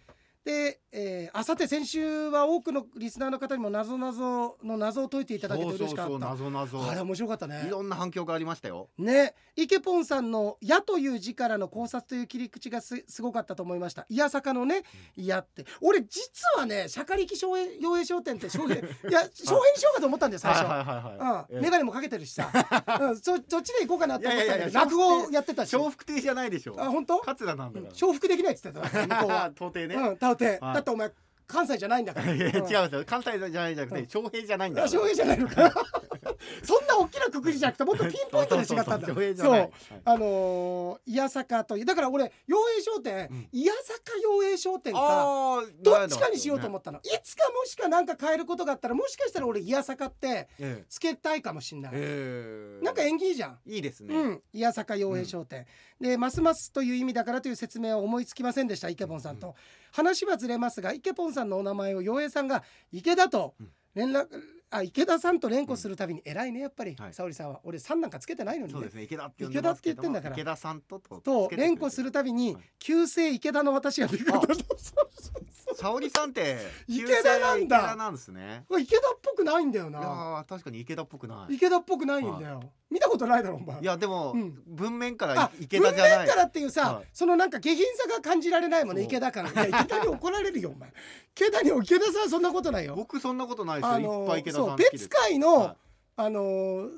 Speaker 1: で、えーあさて先週は多くのリスナーの方にも謎謎の謎を解いていただけて
Speaker 2: そう
Speaker 1: 嬉し
Speaker 2: そう
Speaker 1: か
Speaker 2: そう
Speaker 1: った
Speaker 2: 謎謎
Speaker 1: あれ面白かったね
Speaker 2: いろんな反響がありましたよ
Speaker 1: ね、池ポンさんの「や」という字からの考察という切り口がすすごかったと思いました「いやさかのね「いや」って俺実はね「しゃかりき商栄養栄商
Speaker 2: [LAUGHS]
Speaker 1: 店」って商品いや商品にしようかと思ったんだよ最初。
Speaker 2: はいはいはいはい、
Speaker 1: うん、
Speaker 2: ええ
Speaker 1: 眼鏡もかけてる
Speaker 2: [LAUGHS]
Speaker 1: しさ、うん、そそっちで行こうかなと思ったんだ
Speaker 2: いや
Speaker 1: け
Speaker 2: いやい
Speaker 1: ど
Speaker 2: や
Speaker 1: 落語やってたし
Speaker 2: 笑福亭じゃないでしょ
Speaker 1: あ本当
Speaker 2: 桂なんだから、、
Speaker 1: 重複できないっつってたから向こうは
Speaker 2: [LAUGHS] 到底ね、
Speaker 1: うん、到底、
Speaker 2: はい
Speaker 1: だってお前関西じゃないんだか
Speaker 2: いや
Speaker 1: ら
Speaker 2: 違うん
Speaker 1: ん
Speaker 2: ですよ関西じゃないじゃなくて翔平じゃないんだ
Speaker 1: あ
Speaker 2: から
Speaker 1: 商品じゃないのか [LAUGHS] そんな大きなくくりじゃなくてもっとピンポイントで違ったんだ
Speaker 2: そうそうそう翔平じゃ
Speaker 1: そ
Speaker 2: ないう
Speaker 1: あのー、いやさかというだから俺養栄商店、
Speaker 2: うん
Speaker 1: いやさか養栄商店か
Speaker 2: あー
Speaker 1: どっちかにしようと思
Speaker 2: っ
Speaker 1: ったの、いつかもしかなんか変えることがあったらもしかしたら俺いやさかって
Speaker 2: て、え
Speaker 1: つけたいかもしんない、
Speaker 2: えええ
Speaker 1: なんか縁起いいじゃん
Speaker 2: いいですね、
Speaker 1: うん、いやさか洋平商店、でますますという意味だからという説明は思いつきませんでしたイケポンさんと、話はずれますがイケポンさんのお名前を洋平さんが池田と
Speaker 2: うん
Speaker 1: 連絡、あ池田さんと連呼するたびに偉いねやっぱり、
Speaker 2: はい
Speaker 1: 沙織さんは俺さんなんかつけてないのに
Speaker 2: そう
Speaker 1: ね
Speaker 2: ですね池田って呼んでますけ
Speaker 1: 池田って言っ
Speaker 2: ども
Speaker 1: てんだから
Speaker 2: 池田さんとと
Speaker 1: と連呼するたびに
Speaker 2: はい
Speaker 1: 旧姓池田の私がびっくりしたそうそうそう
Speaker 2: 沙織さんって
Speaker 1: [LAUGHS] 池田なんだ
Speaker 2: 旧姓池田なんですね
Speaker 1: これ [LAUGHS] 池田っぽくないんだよ
Speaker 2: いや
Speaker 1: な
Speaker 2: ー確かに池田っぽくない
Speaker 1: 池田っぽくないんだよ、見たことないだろお前
Speaker 2: いやでも、
Speaker 1: うん
Speaker 2: 文面から
Speaker 1: あ
Speaker 2: 池田じゃ
Speaker 1: 文
Speaker 2: な
Speaker 1: 面
Speaker 2: い
Speaker 1: からっていうさ、
Speaker 2: はい
Speaker 1: そのなんか下品さが感じられないもんね
Speaker 2: そう
Speaker 1: 池田からいや池田に怒られるよお前池田に池田さんはそんなことないよ
Speaker 2: 僕そんなことないですよ、いっぱい池田さん
Speaker 1: そう
Speaker 2: 好きで
Speaker 1: 別
Speaker 2: す
Speaker 1: 会の、
Speaker 2: は
Speaker 1: あのー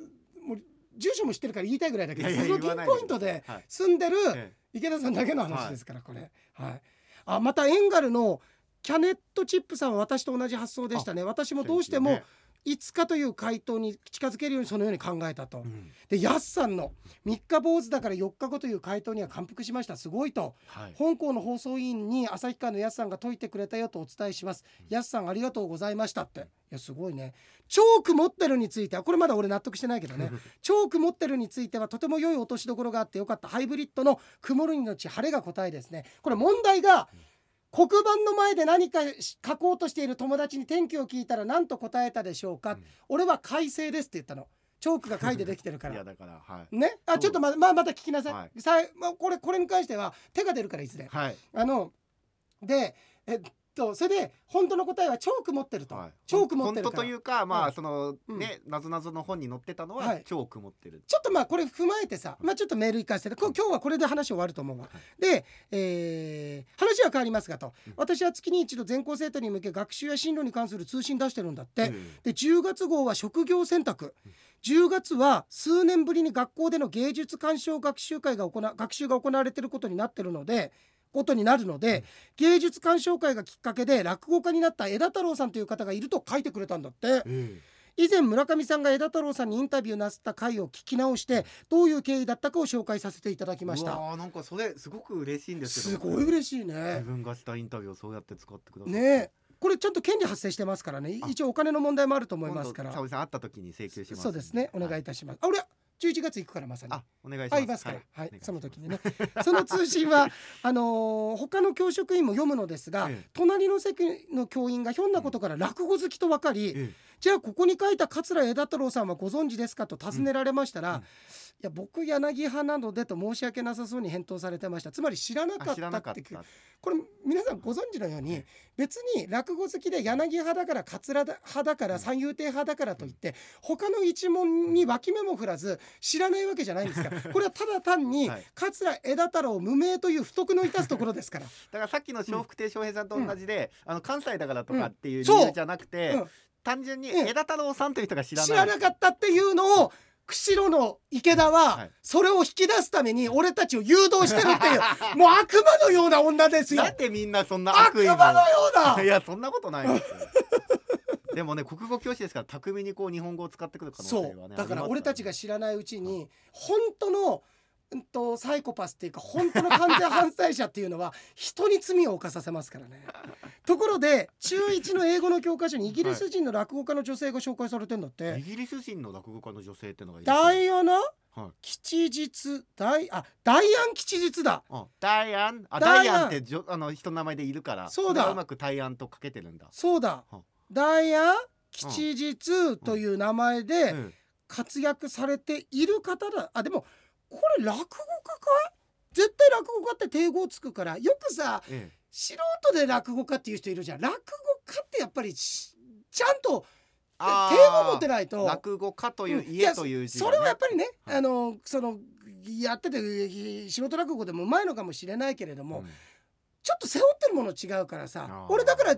Speaker 1: もう住所も知ってるから言いたいぐらいだ
Speaker 2: い
Speaker 1: け
Speaker 2: い
Speaker 1: ど
Speaker 2: やいや
Speaker 1: そのピ
Speaker 2: 言わ
Speaker 1: ン
Speaker 2: ない
Speaker 1: ポイントで
Speaker 2: くださいはい
Speaker 1: 住んでる
Speaker 2: え
Speaker 1: 池田さんだけの話ですからこれはいあまたエンガルのキャネットチップさんは私と同じ発想でしたね私
Speaker 2: え
Speaker 1: もどうしても
Speaker 2: ね
Speaker 1: いつかという回答に近づけるようにそのように考えたと、
Speaker 2: うん
Speaker 1: でやすさんの「3日坊主だから4日後」という回答には感服しましたすごいと
Speaker 2: はい、
Speaker 1: 本校の放送委員に旭川のやすさんが解いてくれたよとお伝えしますやすさんありがとうございましたっていやすごいねチョーク持ってるについてはこれまだ俺納得してないけど
Speaker 2: [LAUGHS]
Speaker 1: ねチョーク持ってるについてはとても良い落としどころがあってよかったハイブリッドの曇るにのち晴れが答えですねこれ問題が黒板の前で何かし書こうとしている友達に天気を聞いたら何と答えたでしょうか、
Speaker 2: うん
Speaker 1: 俺は快晴ですって言ったのチョークが貝でできてるか
Speaker 2: [LAUGHS] い
Speaker 1: ら
Speaker 2: やだからはい
Speaker 1: ね、
Speaker 2: そ
Speaker 1: あ
Speaker 2: う
Speaker 1: ちょっとままあまた聞きなさい、
Speaker 2: は
Speaker 1: さいまあ、これこれに関しては手が出るからいつで
Speaker 2: はい
Speaker 1: あのでえっとそれで本当の答えはチョーク持ってると、
Speaker 2: はい、
Speaker 1: チョーク持ってるか
Speaker 2: 本当と
Speaker 1: ら
Speaker 2: いうかま
Speaker 1: う
Speaker 2: あ
Speaker 1: ん
Speaker 2: そのねなぞなぞの本に載ってたの
Speaker 1: は
Speaker 2: はいチョーク持ってる
Speaker 1: ちょっとまあこれ踏まえてさ、まあ、ちょっとメール行かせてこ今日はこれで話終わると思うわ、で、えー話は変わりますがと、
Speaker 2: うん
Speaker 1: 私は月に一度全校生徒に向け学習や進路に関する通信出してるんだって、
Speaker 2: うん
Speaker 1: で10月号は職業選択10月は数年ぶりに学校での芸術鑑賞学習会が行な学習が行われていることになってるのでことになるので芸術鑑賞会がきっかけで落語家になった枝太郎さんという方がいると書いてくれたんだって
Speaker 2: うん
Speaker 1: 以前村上さんが枝太郎さんにインタビューなすった回を聞き直してどういう経緯だったかを紹介させていただきまし
Speaker 2: う
Speaker 1: た
Speaker 2: わーなんかそれすごく嬉しいんです
Speaker 1: す
Speaker 2: けど
Speaker 1: ごい嬉しい
Speaker 2: 自
Speaker 1: ね
Speaker 2: 分がしたインタビューをそうやって使ってくださって
Speaker 1: ねえこれちゃんと権利発生してますからね一応お金の問題もあると思いますから
Speaker 2: 今度沙織さん会った時に請求します
Speaker 1: そうですね、お願いいたします。あ、俺、 11月行くからまさに
Speaker 2: あお願いします
Speaker 1: あいますから、はい
Speaker 2: お願いします
Speaker 1: その時にねその通信はあのー他の教職員も読むのですが、
Speaker 2: ええ
Speaker 1: 隣の席の教員がひょんなことから落語好きと分かり、
Speaker 2: え
Speaker 1: じゃあここに書いた桂枝太郎さんはご存知ですかと尋ねられましたら、
Speaker 2: うんうん
Speaker 1: いや僕柳派なのでと申し訳なさそうに返答されてましたつまり知らな
Speaker 2: あ
Speaker 1: かっ
Speaker 2: 知ら
Speaker 1: た
Speaker 2: なか
Speaker 1: っ
Speaker 2: ってた
Speaker 1: これ皆さんご存知のように別に落語好きで柳派だから桂派だから三遊亭派だからといって他の一門に脇目も振らず知らないわけじゃないんですからこれはただ単に
Speaker 2: [LAUGHS] はい
Speaker 1: 桂枝太郎無名という不徳の致すところですから。
Speaker 2: だからさっきの笑福亭笑瓶さんと同じで、あの関西だからとかっていう理
Speaker 1: そう
Speaker 2: 由じゃなくて、
Speaker 1: うん
Speaker 2: 単純に
Speaker 1: うん
Speaker 2: 枝太郎さんという人が知らない
Speaker 1: 知らなかったっていうのを釧路の池田
Speaker 2: は
Speaker 1: はいそれを引き出すために俺たちを誘導してるっていう [LAUGHS] もう悪魔のような女ですよ
Speaker 2: なんでみんなそんな
Speaker 1: 悪
Speaker 2: 悪意
Speaker 1: 魔のようない
Speaker 2: やそんなこと [LAUGHS] ないですよ [LAUGHS] でもね国語教師ですから巧みにこう日本語を使ってくる可能性
Speaker 1: そ
Speaker 2: は
Speaker 1: う
Speaker 2: ねあります
Speaker 1: だから俺たちが知らないうち
Speaker 2: う
Speaker 1: に本当のうんとサイコパスっていうか本当の完全犯罪者っていうのは [LAUGHS] 人に罪を犯させますからねところで中1の英語の教科書にイギリス人の落語家の女性が紹介されてんだって、
Speaker 2: イギリス人の落語家の女性っていうのがいる
Speaker 1: ダイアナ
Speaker 2: はい
Speaker 1: 吉日ダイあダイアン吉日だ
Speaker 2: あダイアンあ
Speaker 1: ダ
Speaker 2: ダ
Speaker 1: イ
Speaker 2: イ
Speaker 1: ア
Speaker 2: ア
Speaker 1: ン
Speaker 2: ンってじょあの人の名前でいるから
Speaker 1: そうだ
Speaker 2: れがうまくタイアンとかけてるんだ、
Speaker 1: そうだ
Speaker 2: は
Speaker 1: ダイアン吉日という名前で
Speaker 2: うん
Speaker 1: 活躍されている方だあでもこれ落語家かい絶対落語家って定語つくからよくさ
Speaker 2: え
Speaker 1: 素人で落語家っていう人いるじゃん落語家ってやっぱりしちゃんと定
Speaker 2: あー
Speaker 1: 語持ってない
Speaker 2: え
Speaker 1: と
Speaker 2: 落語家という
Speaker 1: うん
Speaker 2: 家という字が
Speaker 1: それ
Speaker 2: ね
Speaker 1: はやっぱりね、
Speaker 2: はい
Speaker 1: あのそのやっててひ素人落語でもうまいのかもしれないけれども、
Speaker 2: うん
Speaker 1: ちょっと背負ってるもの違うからさ
Speaker 2: あー
Speaker 1: 俺だから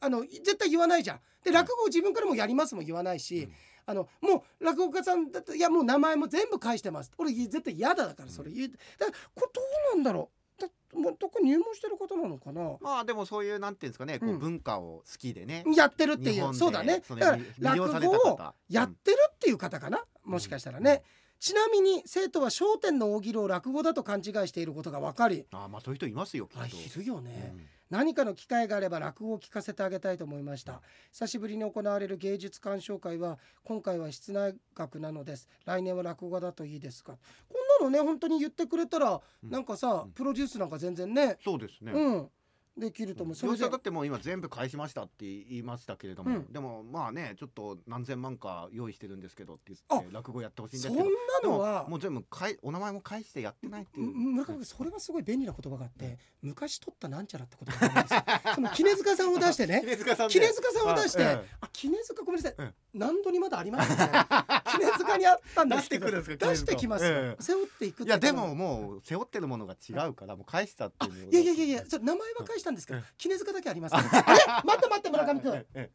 Speaker 1: あの絶対言わないじゃん。で落語を自分からもやりますも言わないし、
Speaker 2: うん
Speaker 1: あのもう落語家さんだっていやもう名前も全部返してます俺絶対嫌だだからそれ言う、だからこれどうなんだろうだもうどこ入門してる方なのかな
Speaker 2: まあでもそういうなんていうんですかねこ
Speaker 1: う
Speaker 2: うん文化を好きでね、
Speaker 1: やってるって
Speaker 2: 日
Speaker 1: い
Speaker 2: 本
Speaker 1: う
Speaker 2: で
Speaker 1: そうだね
Speaker 2: その
Speaker 1: だか
Speaker 2: 魅
Speaker 1: ら
Speaker 2: 魅了され
Speaker 1: 落
Speaker 2: た
Speaker 1: 語を
Speaker 2: 方
Speaker 1: やってるっていう方かな、もしかしたらね、、ちなみに生徒は『笑点』の大喜利を落語だと勘違いしていることが分かり
Speaker 2: うんああまあそういう人いますよきっと
Speaker 1: あいるよね、
Speaker 2: うん
Speaker 1: 何かの機会があれば落語を聞かせてあげたいと思いました久しぶりに行われる芸術鑑賞会は今回は室内学なのです来年は落語だといいですがこんなのね本当に言ってくれたら、
Speaker 2: うん
Speaker 1: なんかさ、
Speaker 2: うん
Speaker 1: プロデュースなんか全然ね
Speaker 2: そうですね、
Speaker 1: うんできると思う、それ
Speaker 2: 業
Speaker 1: で
Speaker 2: 者だってもう今全部返しましたって言いましたけれど
Speaker 1: う
Speaker 2: も、
Speaker 1: ん
Speaker 2: でもまあねちょっと何千万か用意してるんですけどって言って落語やってほしいんで
Speaker 1: そ
Speaker 2: す
Speaker 1: ん
Speaker 2: けど
Speaker 1: なのは
Speaker 2: でももう全部かいお名前も返してやってないっていう
Speaker 1: むむ
Speaker 2: [LAUGHS]
Speaker 1: 村上君それはすごい便利な言葉があって昔取ったなんちゃらって言葉があるんですよ
Speaker 2: [LAUGHS]
Speaker 1: その杵塚さんを出してね
Speaker 2: 杵塚さんで
Speaker 1: 杵塚さんを出して
Speaker 2: あ
Speaker 1: あ
Speaker 2: ええ
Speaker 1: 杵塚ごめんなさい、
Speaker 2: うん
Speaker 1: 何度にまだありましたね杵塚にあったんですけど
Speaker 2: 出してくるんですか
Speaker 1: 出してきますよ、
Speaker 2: ええ
Speaker 1: 背負っていくっ
Speaker 2: い
Speaker 1: て
Speaker 2: やで
Speaker 1: こと
Speaker 2: ももう背負ってるものが違うからもう返したって
Speaker 1: あ
Speaker 2: いうの
Speaker 1: いやいやいやいやそれ名前は返したんですけど杵塚だけありますからあれ待って待って村上君
Speaker 2: ええ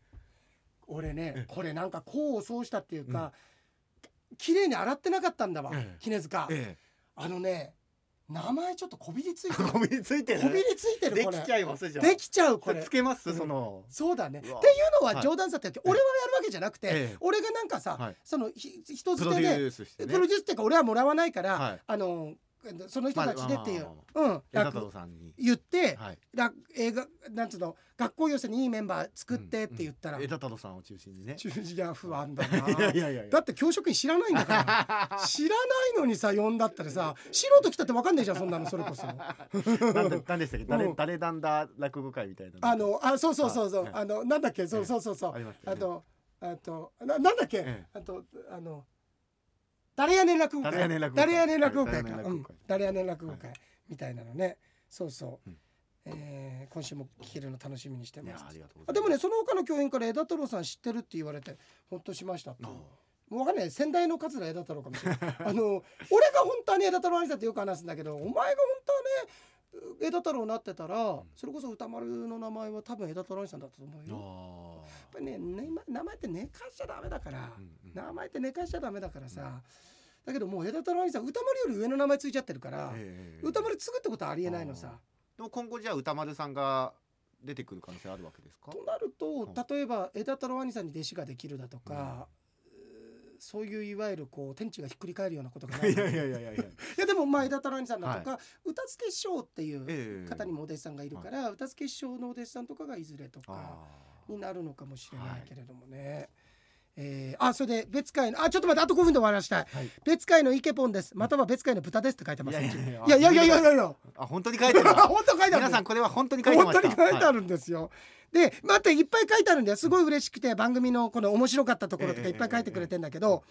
Speaker 1: 俺ね
Speaker 2: え
Speaker 1: これなんか功を奏したっていうか綺麗に洗ってなかったんだわ
Speaker 2: ええ
Speaker 1: 杵塚
Speaker 2: え
Speaker 1: あのね名前ちょっとこびりついて
Speaker 2: え
Speaker 1: る
Speaker 2: ゴミについてる
Speaker 1: こびりついてる
Speaker 2: で
Speaker 1: これ
Speaker 2: きちゃいますじゃん
Speaker 1: できちゃうこ
Speaker 2: これ
Speaker 1: れ
Speaker 2: つけます、
Speaker 1: うん
Speaker 2: その
Speaker 1: そうだねっていうう
Speaker 2: わ
Speaker 1: のは
Speaker 2: はい
Speaker 1: 冗談さってわけ俺はやるわけじゃなく
Speaker 2: え
Speaker 1: て
Speaker 2: え
Speaker 1: 俺がなんかさ
Speaker 2: はい
Speaker 1: そのひ人
Speaker 2: プ
Speaker 1: づ
Speaker 2: ロ
Speaker 1: て
Speaker 2: デ
Speaker 1: で
Speaker 2: ュースして
Speaker 1: プ
Speaker 2: ね
Speaker 1: ロデュースっていうか俺はもらわないか
Speaker 2: は
Speaker 1: ら
Speaker 2: い
Speaker 1: あのその人たちでっていう
Speaker 2: まあま
Speaker 1: うん
Speaker 2: 枝太
Speaker 1: 楽
Speaker 2: 郎さんに
Speaker 1: 言って
Speaker 2: はい
Speaker 1: ら映画なんつうの学校寄せにいいメンバー作ってって言ったら、
Speaker 2: うん枝太郎さんを中心にね
Speaker 1: 中止が不安だ
Speaker 2: いや
Speaker 1: ない
Speaker 2: やいやいや
Speaker 1: だって教職員知らないんだ
Speaker 2: [LAUGHS]
Speaker 1: から知らないのにさ呼んだったらさ素人来たって分かんねえじゃんそんなのそれこそ
Speaker 2: なんでなんでしたっけ誰、
Speaker 1: うん
Speaker 2: 誰なんだ落語会みたいな
Speaker 1: あのあそうそうそうそう
Speaker 2: はい
Speaker 1: あのなんだっけそ
Speaker 2: え
Speaker 1: う
Speaker 2: え
Speaker 1: そうそうそう
Speaker 2: ありました
Speaker 1: あ
Speaker 2: よね
Speaker 1: とあとななんだっけ
Speaker 2: え
Speaker 1: あとあの誰やねん落語会
Speaker 2: 誰やねん落語会
Speaker 1: 誰やねん落語会
Speaker 2: 誰
Speaker 1: かうん
Speaker 2: やねん落語会
Speaker 1: 誰やねん落語
Speaker 2: は
Speaker 1: 会みたいなのねそうそう
Speaker 2: うん
Speaker 1: えー今週も聞けるの楽しみにして
Speaker 2: い
Speaker 1: ま
Speaker 2: や
Speaker 1: す
Speaker 2: ありがとうございます
Speaker 1: あでもねその他の教員から枝太郎さん知ってるって言われてほっとしましたって
Speaker 2: あ
Speaker 1: もうわかんない先代の桂枝太郎かもしれない [LAUGHS] あの俺が本当はね枝太郎兄さんってよく話すんだけどお前が本当はね枝太郎になってたら、それこそ歌丸の名前は多分枝太郎兄さんだったと思うよやっ
Speaker 2: あ
Speaker 1: ぱりねね名前って寝かしちゃダメだから、
Speaker 2: うんうん
Speaker 1: 名前って寝かしちゃダメだからさ、だけどもう枝太郎兄さん歌丸より上の名前ついちゃってるから、
Speaker 2: ええ
Speaker 1: 歌丸継ぐってことはありえないのさ。
Speaker 2: でも今後じゃあ歌丸さんが出てくる可能性あるわけですか
Speaker 1: となると
Speaker 2: う
Speaker 1: 例えば枝太郎兄さんに弟子ができるだとか、うーそういういわゆるこう天地がひっくり返るようなことがないい
Speaker 2: やいやいやいやい
Speaker 1: い
Speaker 2: や
Speaker 1: やでもまあ枝太郎兄さんだとか、歌付け師匠っていう
Speaker 2: ええ
Speaker 1: 方にもお弟子さんがいるから、歌付け師匠のお弟子さんとかがいずれとか
Speaker 2: あ
Speaker 1: になるのかもしれないけれどもね、えーあそれで別会のあちょっと待ってあと5分で終わらしたい、
Speaker 2: はい
Speaker 1: 別会のイケポンですまたは別会の豚ですって書いてますい
Speaker 2: いやいやい
Speaker 1: や
Speaker 2: や
Speaker 1: いやいやいやいやいや
Speaker 2: あ本当に書いてるわ
Speaker 1: [LAUGHS] 本当書いてある
Speaker 2: 皆さんこれは本当に書いてました
Speaker 1: 本当に書いてあ
Speaker 2: る、
Speaker 1: るんですよ。でまたいっぱい書いてあるんですごい嬉しくて番組のこの面白かったところとか
Speaker 2: ええ
Speaker 1: いっぱい書いてくれてんだけど。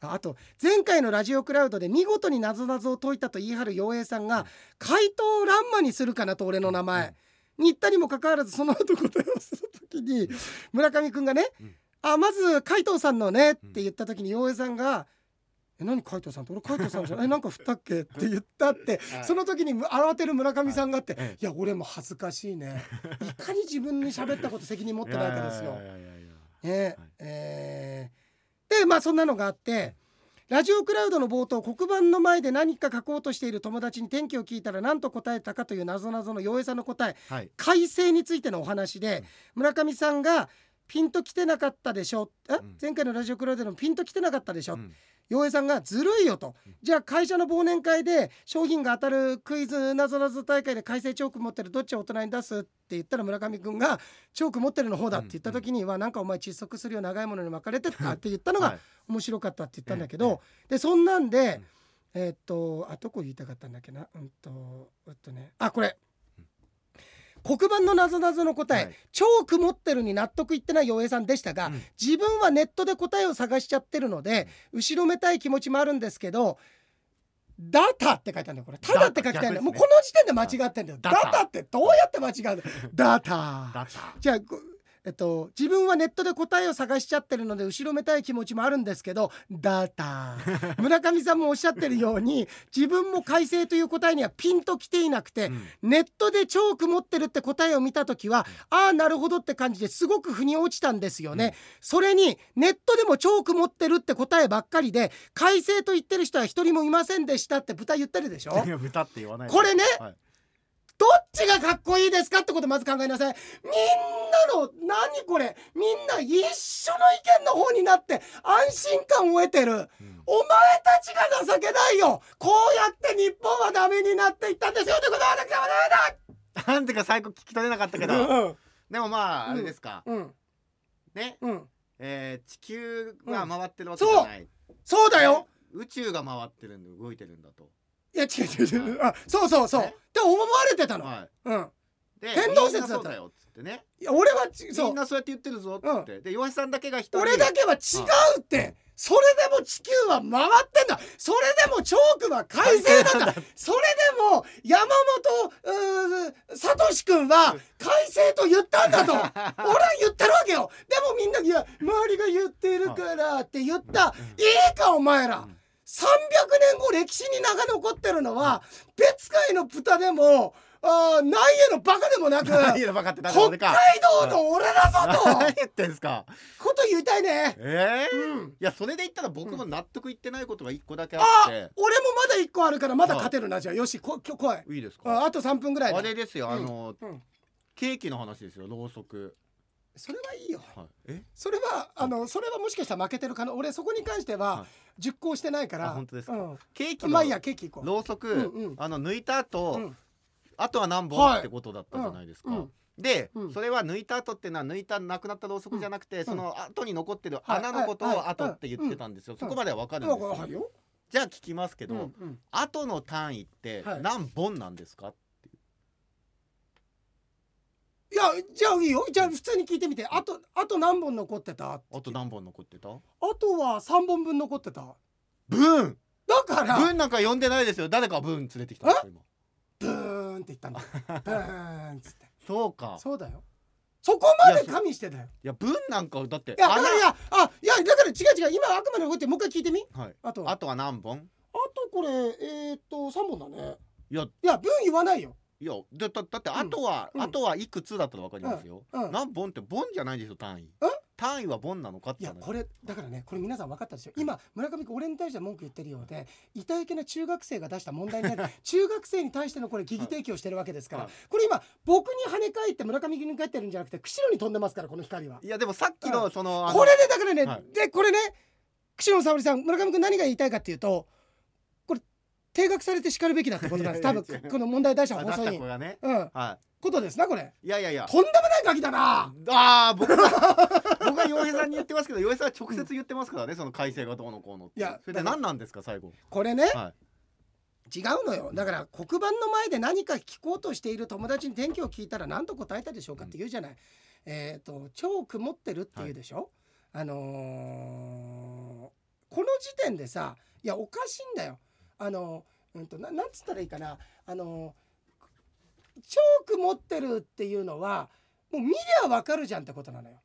Speaker 1: ああと前回の「ラジオクラウド」で見事になぞなぞを解いたと言い張る陽平さんが怪盗乱魔にするかなと俺の名前に言ったにもかかわらずその後答えをする時に村上くんがね
Speaker 2: うん
Speaker 1: 「あまず怪盗さんのね」って言った時に陽平さんが「え何怪盗さんって俺怪盗さんじゃない
Speaker 2: [LAUGHS]
Speaker 1: えなんか振ったっけ?」って言ったって
Speaker 2: はい
Speaker 1: その時に慌てる村上さんがあって
Speaker 2: はいえ
Speaker 1: いや俺も恥ずかしい
Speaker 2: [LAUGHS]
Speaker 1: ねいかに自分に喋ったこと責任持ってないかですよ
Speaker 2: いや。いやいやいや
Speaker 1: ね
Speaker 2: はい
Speaker 1: えーでまあそんなのがあってラジオクラウドの冒頭黒板の前で何か書こうとしている友達に天気を聞いたら何と答えたかという謎々の洋平さんの答え
Speaker 2: はい
Speaker 1: 改正についてのお話で村上さんがピンときてなかったでしょ、え
Speaker 2: ん
Speaker 1: 前回のラジオクラウドでもピンときてなかったでしょ、
Speaker 2: うん
Speaker 1: 洋平さんが「ずるいよ」と「じゃあ会社の忘年会で商品が当たるクイズなぞなぞ大会で改正チョーク持ってるどっちを大人に出す?」って言ったら村上君が「チョーク持ってるの方だ」って言った時には「なんかお前窒息するよ長いものに巻かれてた」って言ったの
Speaker 2: は
Speaker 1: が
Speaker 2: い
Speaker 1: 面白かったって言ったんだけどでそんなん
Speaker 2: う
Speaker 1: で
Speaker 2: ん
Speaker 1: えーっとあどこ言いたかったんだっけなうんとえっとねあこれ黒板のなぞなぞの答え、
Speaker 2: はい
Speaker 1: チョーク持ってるに納得いってない洋平さんでしたが、
Speaker 2: うん
Speaker 1: 自分はネットで答えを探しちゃってるので、後ろめたい気持ちもあるんですけど「ダタ」って書いてあるんだよこれ「タダ」って書きたいんだよ、
Speaker 2: 逆ですね
Speaker 1: もうこの時点で間違ってんだよ「
Speaker 2: ダ
Speaker 1: ダ
Speaker 2: タ
Speaker 1: タ」ってどうやって間違うんだよ「ダタ
Speaker 2: だった」
Speaker 1: じゃあこえっと、自分はネットで答えを探しちゃってるので後ろめたい気持ちもあるんですけど「ダタ」
Speaker 2: [LAUGHS]
Speaker 1: 村上さんもおっしゃってるように自分も改正という答えにはピンときていなくて、
Speaker 2: うん
Speaker 1: ネットでチョーク持ってるって答えを見た時はああなるほどって感じですごく腑に落ちたんですよね、
Speaker 2: うん
Speaker 1: それにネットでもチョーク持ってるって答えばっかりで改正と言ってる人は一人もいませんでしたって豚言ってるでしょ
Speaker 2: いや豚って言わない
Speaker 1: これね
Speaker 2: はい
Speaker 1: どっちがかっこいいですかってことまず考えなさいみんなの何これみんな一緒の意見の方になって安心感を得てる
Speaker 2: うん
Speaker 1: お前たちが情けないよこうやって日本はダメになっていったんですよってことは私は
Speaker 2: なんてか最後聞き取れなかったけ
Speaker 1: ダメ
Speaker 2: ど
Speaker 1: だうん
Speaker 2: でもまああれですか、
Speaker 1: うん
Speaker 2: ね、
Speaker 1: うん
Speaker 2: えー、地球が回ってるわけ
Speaker 1: うん
Speaker 2: じゃない、
Speaker 1: そうだよ
Speaker 2: 宇宙が回ってるんで動いてるんだと、
Speaker 1: いや違う違う違うあそうそうそうっ
Speaker 2: ね
Speaker 1: て思われてたの、
Speaker 2: は
Speaker 1: うん
Speaker 2: い、で
Speaker 1: 天動説だった
Speaker 2: みんなそうだよっつってね
Speaker 1: いや俺はち
Speaker 2: み
Speaker 1: そうん
Speaker 2: なそうやって言ってるぞっつって、で洋一さんだけが一人
Speaker 1: 俺だけは違うってそれでも地球は回ってんだそれでもチョークは改正なんだそれでも山本うーさとし君は改正と言ったん [LAUGHS]
Speaker 2: [LAUGHS]
Speaker 1: だと俺は言ってるわけよでもみんな「いや周りが言ってるから」って言ったいいかお前ら
Speaker 2: うん
Speaker 1: 300年後歴史に名が残ってるのは別海の豚でもあー内へのバカでもなく
Speaker 2: 何言うのバカってだから
Speaker 1: 北
Speaker 2: 俺
Speaker 1: 海道
Speaker 2: か
Speaker 1: の俺だぞと
Speaker 2: 何言ってんすか [LAUGHS]
Speaker 1: こと言いたいね。
Speaker 2: えー
Speaker 1: うん
Speaker 2: いやそれで言ったら僕も納得いってないことが一個だけあ
Speaker 1: あ
Speaker 2: って、
Speaker 1: 俺もまだ一個あるからまだ勝てるなじゃあよしこ今日来い
Speaker 2: いいです
Speaker 1: あ
Speaker 2: か
Speaker 1: あと3分ぐらい
Speaker 2: あ
Speaker 1: だ
Speaker 2: れですよ、
Speaker 1: うん
Speaker 2: あの
Speaker 1: うん
Speaker 2: ケーキの話ですよろうそく、
Speaker 1: それはいいよ
Speaker 2: はい、え
Speaker 1: それはあのそれはもしかしたら負けてるかな俺そこに関して
Speaker 2: は
Speaker 1: はい熟考してないから
Speaker 2: あ本当ですか
Speaker 1: うん
Speaker 2: ケーキ
Speaker 1: ま
Speaker 2: の
Speaker 1: あいいやケーキ行こ
Speaker 2: ろうそく、
Speaker 1: うんうん
Speaker 2: あの抜いた後、
Speaker 1: う、うん
Speaker 2: あとは何
Speaker 1: は
Speaker 2: 本
Speaker 1: い
Speaker 2: ってことだったじゃないですか。
Speaker 1: うんうん
Speaker 2: で、
Speaker 1: うん
Speaker 2: それは抜いた後っていうのは抜いたなくなったろうそくじゃなくて、その後に残ってる
Speaker 1: はい
Speaker 2: 穴のこと
Speaker 1: はいは
Speaker 2: を
Speaker 1: い
Speaker 2: 後って言ってたんですよ。
Speaker 1: ん
Speaker 2: そこまではわかるん
Speaker 1: で
Speaker 2: で
Speaker 1: も
Speaker 2: すよ。
Speaker 1: はいよ、
Speaker 2: じゃあ聞きますけ
Speaker 1: う
Speaker 2: ど、
Speaker 1: んうん、
Speaker 2: 後の単位って
Speaker 1: はい
Speaker 2: 何本なんですか？
Speaker 1: いやじゃあいいよじゃあ普通に聞いてみてあとあと何本残ってたあ
Speaker 2: あと何本残ってた？
Speaker 1: とは3本分残ってた
Speaker 2: 分
Speaker 1: だから
Speaker 2: 分なんか呼んでないですよ。誰か分連れてきたんですか今。
Speaker 1: ブーンって言ったん
Speaker 2: [LAUGHS]
Speaker 1: だよブーンっつって
Speaker 2: そうか。
Speaker 1: そうだよそこまで加味してだよ
Speaker 2: いや分なんかだって
Speaker 1: いやだからいやあいやだから違う違う今あくまで動いてもう一回聞いてみ
Speaker 2: 穴はい。
Speaker 1: あとは
Speaker 2: あとは何本？
Speaker 1: あとこれえー、っと3本だね
Speaker 2: いや
Speaker 1: いや分言わないよ
Speaker 2: いやだだだってあとは、
Speaker 1: うん
Speaker 2: あとはいくつだったらわかりますよ。
Speaker 1: うんうん
Speaker 2: 何本って本じゃないでしょ単位。単位は本なのかっ
Speaker 1: い
Speaker 2: て
Speaker 1: や
Speaker 2: 話。
Speaker 1: これだからねこれ皆さん分かったでしょ今村上君俺に対して文句言ってるようで痛いけな中学生が出した問題にな [LAUGHS] る中学生に対してのこれ疑義提供してるわけですから
Speaker 2: はい
Speaker 1: これ今僕に跳ね返って村上君に返ってるんじゃなくて釧路に飛んでますからこの光はい
Speaker 2: やでもさっきのその、あの
Speaker 1: これでだからね、
Speaker 2: はい
Speaker 1: でこれね釧路の沙織さん村上君何が言いたいかっていうとこれ定額されてしかるべきだってことなんです
Speaker 2: いや
Speaker 1: 多
Speaker 2: いや
Speaker 1: 分
Speaker 2: 違う
Speaker 1: この問題出した
Speaker 2: あ
Speaker 1: 放
Speaker 2: 出し
Speaker 1: 送
Speaker 2: た
Speaker 1: に
Speaker 2: 子。がね、
Speaker 1: うん、
Speaker 2: は
Speaker 1: ことですなこれ
Speaker 2: い、いやいやいや
Speaker 1: とんでもないガキだな
Speaker 2: ああ僕が僕が洋平さんに言っってますけ
Speaker 1: [LAUGHS]
Speaker 2: ど岩井さんは直接言ってますからね、その改正がどうのこうのって
Speaker 1: いや
Speaker 2: それで
Speaker 1: だから
Speaker 2: 何なんですか最後
Speaker 1: これね
Speaker 2: は
Speaker 1: 違うのよだから黒板の前で何か聞こうとしている友達に天気を聞いたら何と答えたでしょうかって言うじゃない、えっ、と超曇ってるって言うでしょ、あのーこの時点でさいやおかしいんだよあのーうんとななんつったらいいかなあのー超曇ってるっていうのはもう見りゃわかるじゃんってことなのよ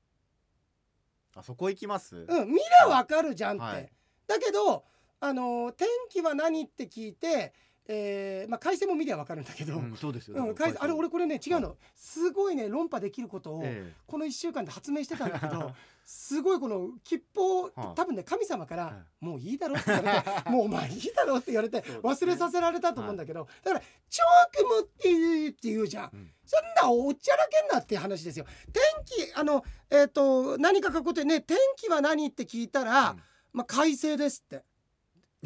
Speaker 2: あそこ行きます、
Speaker 1: うん、見りゃわかるじゃんって。
Speaker 2: はい
Speaker 1: だけど、あのー天気は何って聞いて、えーまあ、回線も見りゃわかるんだけど、うん
Speaker 2: んそうです
Speaker 1: 回線あれ俺これね違う
Speaker 2: は
Speaker 1: のすごいね論破できることを
Speaker 2: え
Speaker 1: この1週間で発明してたんだけ
Speaker 2: [LAUGHS]
Speaker 1: どすごいこの吉報
Speaker 2: はい
Speaker 1: 多分ね神様か
Speaker 2: はい
Speaker 1: ら「もういいだろ」って言われて
Speaker 2: [LAUGHS]
Speaker 1: 「もうお前いいだろ」って言われて
Speaker 2: そうですね
Speaker 1: 忘れさせられたと思うんだけどだから「チョークもっていう」って言うじゃん
Speaker 2: えうん
Speaker 1: そんなおっちゃらけんなって話ですよ。天気あのえっ、と何か書くことでね天気は何って聞いたら、
Speaker 2: うん
Speaker 1: まあ快晴ですって。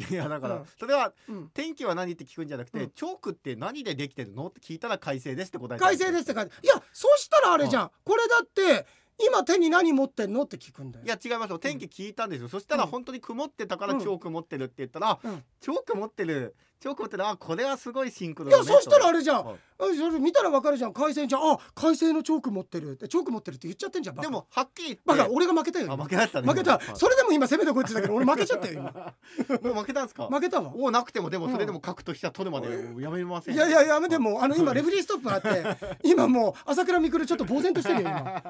Speaker 2: いやだから、
Speaker 1: うん
Speaker 2: それは
Speaker 1: うん
Speaker 2: 天気は何って聞くんじゃなくて、
Speaker 1: うん
Speaker 2: チョークって何でできてるのって聞いたら快晴ですって答えたん
Speaker 1: 快晴ですって書いていやそしたらあれじゃん、これだって今手に何持ってんのって聞くんだよ。
Speaker 2: いや違いますよ天気聞いたんですよ、そしたら
Speaker 1: うん
Speaker 2: 本当に曇ってたから
Speaker 1: うん
Speaker 2: 超曇ってるって言ったら、
Speaker 1: うん
Speaker 2: チョーク持ってるチョーク持ってるあこれはすごいシンクロ
Speaker 1: い
Speaker 2: だ
Speaker 1: や
Speaker 2: ね
Speaker 1: そしたらあ
Speaker 2: と
Speaker 1: れじゃん、
Speaker 2: は
Speaker 1: うんそれ見たらわかるじゃん快晴じゃんあ快晴のチョーク持ってるってチョーク持ってるって言っちゃってんじゃんバカ
Speaker 2: でもはっきり言
Speaker 1: バ
Speaker 2: って
Speaker 1: カ俺が負けたよ
Speaker 2: あ
Speaker 1: 今
Speaker 2: 負けましたね
Speaker 1: 負けた
Speaker 2: はい
Speaker 1: それでも今攻めてこいって言ってたけど俺負けちゃったよ
Speaker 2: [LAUGHS]
Speaker 1: 今
Speaker 2: もう負けたんですか
Speaker 1: 負けたわ
Speaker 2: おなくてもでもそれでも書くとしたら取るまでやめません
Speaker 1: いやいやいやで
Speaker 2: も
Speaker 1: もあの今レフェリーストップあって今もう朝倉未来ちょっと呆然としてるよ
Speaker 2: [LAUGHS]
Speaker 1: 今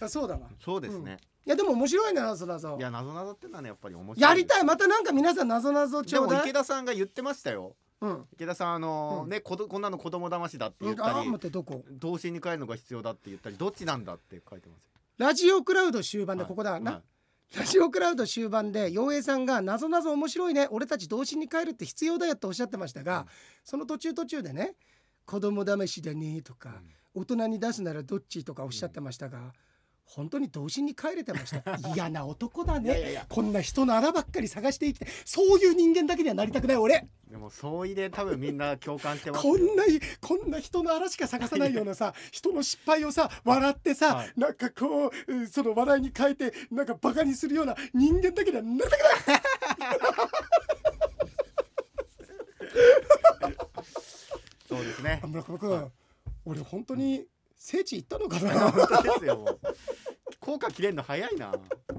Speaker 1: あそうだわ
Speaker 2: [LAUGHS] そうですね、
Speaker 1: いやでも面白いねなぞなぞ
Speaker 2: いや謎々ってのはねやっぱり面白い
Speaker 1: やりたいまたなんか皆さんなぞなぞち
Speaker 2: で
Speaker 1: ょう
Speaker 2: も
Speaker 1: だ
Speaker 2: 池
Speaker 1: い
Speaker 2: 田さんが言ってましたよ
Speaker 1: うん
Speaker 2: 池田さんあのー
Speaker 1: うん
Speaker 2: ねこどこんなの子供騙しだって言っ
Speaker 1: あ
Speaker 2: た
Speaker 1: ー待っ
Speaker 2: り
Speaker 1: てどこ
Speaker 2: 童心に帰るのが必要だって言ったりどっちなんだって書いてますよ
Speaker 1: ラジオクラウド終盤でここだ
Speaker 2: はい
Speaker 1: な、
Speaker 2: はい
Speaker 1: ラジオクラウド終盤で陽平さんが「なぞなぞ面白いね俺たち童心に帰るって必要だよ」っておっしゃってましたが、
Speaker 2: うん
Speaker 1: その途中途中でね「子供試しだね」とか、大人に出すならどっち?」とかおっしゃってましたが、本当に童心に帰れてました
Speaker 2: [LAUGHS]
Speaker 1: 嫌な男だね
Speaker 2: いやいやいや
Speaker 1: こんな人の穴ばっかり探して生きてそういう人間だけにはなりたくない俺
Speaker 2: うんでも相違で多分みんな共感してますよ
Speaker 1: こんなこんな人の穴しか探さないようなさ人の失敗をさ笑ってさ、
Speaker 2: はい
Speaker 1: なんかこううんその笑いに変えてなんかバカにするような人間だけにはなりたくない
Speaker 2: そうですね
Speaker 1: あ村上君、俺本当に聖地行ったのか
Speaker 2: [LAUGHS]
Speaker 1: な
Speaker 2: 本当ですよもう効果切れるの早いない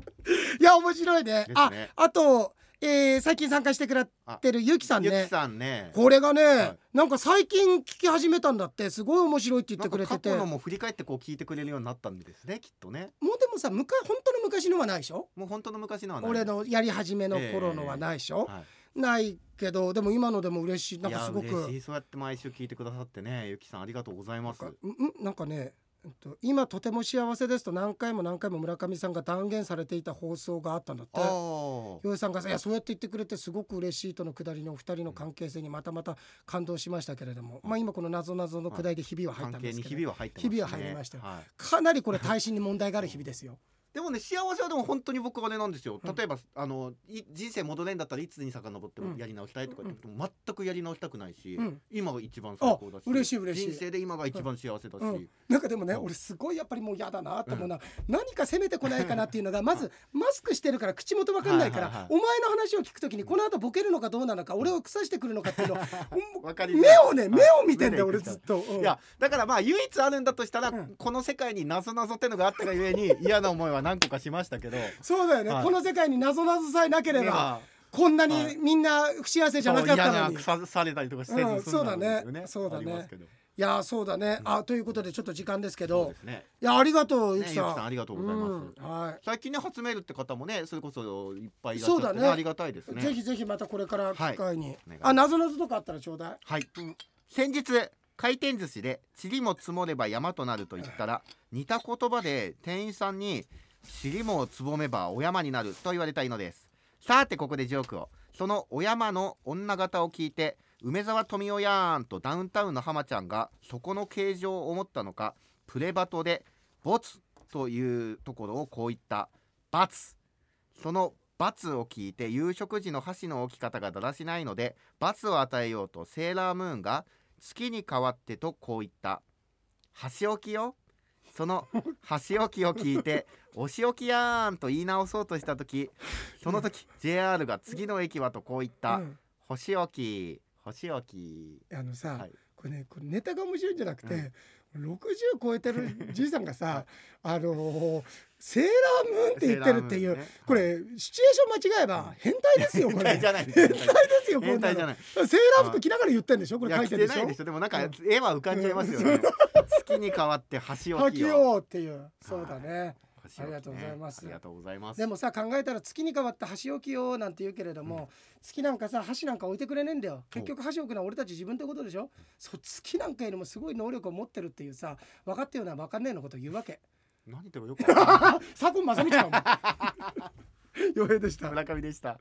Speaker 1: や面白いね
Speaker 2: です
Speaker 1: あ
Speaker 2: ね
Speaker 1: あと、えー最近参加してくれてるゆきさん
Speaker 2: ゆき
Speaker 1: ね
Speaker 2: さんね
Speaker 1: これがね、
Speaker 2: はい
Speaker 1: なんか最近聞き始めたんだってすごい面白いって言っ
Speaker 2: な
Speaker 1: て
Speaker 2: ん
Speaker 1: く
Speaker 2: か
Speaker 1: れて
Speaker 2: 過
Speaker 1: て
Speaker 2: 去のも振り返ってこう聞いてくれるようになったんですねきっとね
Speaker 1: もうでもさ昔本当の昔のはないでしょ
Speaker 2: もう本当の昔のはない
Speaker 1: 俺のやり始めの頃のはないでしょ、
Speaker 2: はい
Speaker 1: ないけどでも今のでも嬉しいなん
Speaker 2: い
Speaker 1: か
Speaker 2: や
Speaker 1: すごく
Speaker 2: 嬉しいそうやって毎週聞いてくださってねゆきさんありがとうございます
Speaker 1: なんかうんなんかねえっと今とても幸せですと何回も何回も村上さんが断言されていた放送があったんだって
Speaker 2: あー
Speaker 1: 洋平さんがいやそうやって言ってくれてすごく嬉しいとのくだりのお二人の関係性にまたまた感動しましたけれども、まあ、今この謎々のくだりでひびは入っ
Speaker 2: 関
Speaker 1: たん
Speaker 2: 係
Speaker 1: です
Speaker 2: に
Speaker 1: け
Speaker 2: ひ
Speaker 1: ど、
Speaker 2: びは入ってますね
Speaker 1: ひびは入りましたよ
Speaker 2: はい
Speaker 1: かなりこれ耐震に問題があるひびですよ。
Speaker 2: でもね幸せはでも本当に僕はねなんですよ
Speaker 1: うん
Speaker 2: 例えば、あのい人生戻れんだったらいつに遡って
Speaker 1: う
Speaker 2: も
Speaker 1: ん
Speaker 2: やり直したいとか言っても全くやり直したくないし、
Speaker 1: うん
Speaker 2: 今が一番最高だし
Speaker 1: あ嬉しい嬉しい
Speaker 2: 人生で今が一番幸せだし、
Speaker 1: うんなんかでもね
Speaker 2: うん
Speaker 1: 俺すごいやっぱりもう嫌だなと思うな、何か攻めてこないかなっていうの
Speaker 2: [LAUGHS]
Speaker 1: がまずマスクしてるから口元わかんないから、
Speaker 2: はいはいはい
Speaker 1: お前の話を聞くときにこの後ボケるのかどうなのか俺を腐してくるのかって
Speaker 2: [LAUGHS]
Speaker 1: いうのを
Speaker 2: わかりづらい
Speaker 1: 目をね目を見てんだよ
Speaker 2: 目
Speaker 1: 俺
Speaker 2: で見て
Speaker 1: ず
Speaker 2: た
Speaker 1: っと。うん
Speaker 2: いやだからまあ唯一あるんだとしたら、
Speaker 1: うん
Speaker 2: この世界に謎謎ってのがあったがゆえに嫌な思いは何個かしましたけど
Speaker 1: そうだよね、
Speaker 2: はい
Speaker 1: この世界に謎々さえなけれ
Speaker 2: い
Speaker 1: ば
Speaker 2: や
Speaker 1: こんな
Speaker 2: は
Speaker 1: に
Speaker 2: い
Speaker 1: みんな不幸せじゃなか
Speaker 2: そう
Speaker 1: った
Speaker 2: 嫌
Speaker 1: の
Speaker 2: な
Speaker 1: に。
Speaker 2: 腐されたりとかせず
Speaker 1: うん
Speaker 2: 済んだんですよ
Speaker 1: そうだねそうだね
Speaker 2: ありますけど
Speaker 1: いやーそうだね。あということでちょっと時間ですけ
Speaker 2: そう
Speaker 1: ど
Speaker 2: で、すね
Speaker 1: いやありがとう
Speaker 2: ね
Speaker 1: ゆ
Speaker 2: ゆ
Speaker 1: き
Speaker 2: き
Speaker 1: さん。
Speaker 2: さんありがとうございます、
Speaker 1: うんは
Speaker 2: 最近ね初メールって方もねそれこそいっぱいいらっしゃって、ね
Speaker 1: そうだね
Speaker 2: ありがたいです
Speaker 1: い。
Speaker 2: ね
Speaker 1: ぜひぜひまたこれから機会に。
Speaker 2: お願い
Speaker 1: あ謎謎とかあったらちょうだい。
Speaker 2: はい、先日回転寿司で「塵も積もれば山となる」と言ったら似た言葉で店員さんに「塵もつぼめばお山になる」と言われたいのですさてここでジョークをそのお山の女方を聞いて梅沢富美男やーんとダウンタウンの浜ちゃんがそこの形状を思ったのかプレバトで「ボツ」というところをこう言った「バツ」その「バツ」を聞いて夕食時の箸の置き方がだらしないので罰を与えようとセーラームーンが月に変わってとこう言った箸置きよその箸置きを聞いてお仕置きやーんと言い直そうとした時その時 JR が次の駅はとこう言った
Speaker 1: うん
Speaker 2: 「星置き星置き
Speaker 1: あの」さ、
Speaker 2: はい
Speaker 1: これねこれネタが面白いんじゃなくて、60超えて
Speaker 2: [LAUGHS]
Speaker 1: るじいさんがさあのーセーラームーンって言ってるってい
Speaker 2: セー
Speaker 1: う、
Speaker 2: ラームーンね
Speaker 1: これシチュエーション間違え
Speaker 2: うん
Speaker 1: ば変態ですよこ
Speaker 2: 変
Speaker 1: れ
Speaker 2: 態じゃない
Speaker 1: 変態ですよこん
Speaker 2: 変
Speaker 1: な
Speaker 2: 態じゃ
Speaker 1: の
Speaker 2: ない
Speaker 1: セーラー服着ながら言ってんでしょこ
Speaker 2: い
Speaker 1: れ書い
Speaker 2: や着
Speaker 1: て
Speaker 2: て
Speaker 1: るで
Speaker 2: な
Speaker 1: し
Speaker 2: い
Speaker 1: ょ
Speaker 2: でしょでもなんか
Speaker 1: うん
Speaker 2: 絵は浮かんじゃいますよ
Speaker 1: う
Speaker 2: ね
Speaker 1: ん
Speaker 2: 月に変わって橋
Speaker 1: 書
Speaker 2: 置き
Speaker 1: き
Speaker 2: よ
Speaker 1: ようっていうそうだね、
Speaker 2: 星
Speaker 1: あ
Speaker 2: 置きね
Speaker 1: りがとうございます
Speaker 2: ありがとうございます
Speaker 1: でもさ考えたら月に変わって箸置きよなんて言うけれども、月なんかさ箸なんか置いてくれねえんだよ結局箸置くのは俺たち自分ってことでしょそう月なんかよりもすごい能力を持ってるっていうさ分かってるような分かんねえのことを言うわ [LAUGHS] け
Speaker 2: 何言ってるかよくわかんない
Speaker 1: あ佐古正美ちゃん [LAUGHS] 余平でした
Speaker 2: 村上でした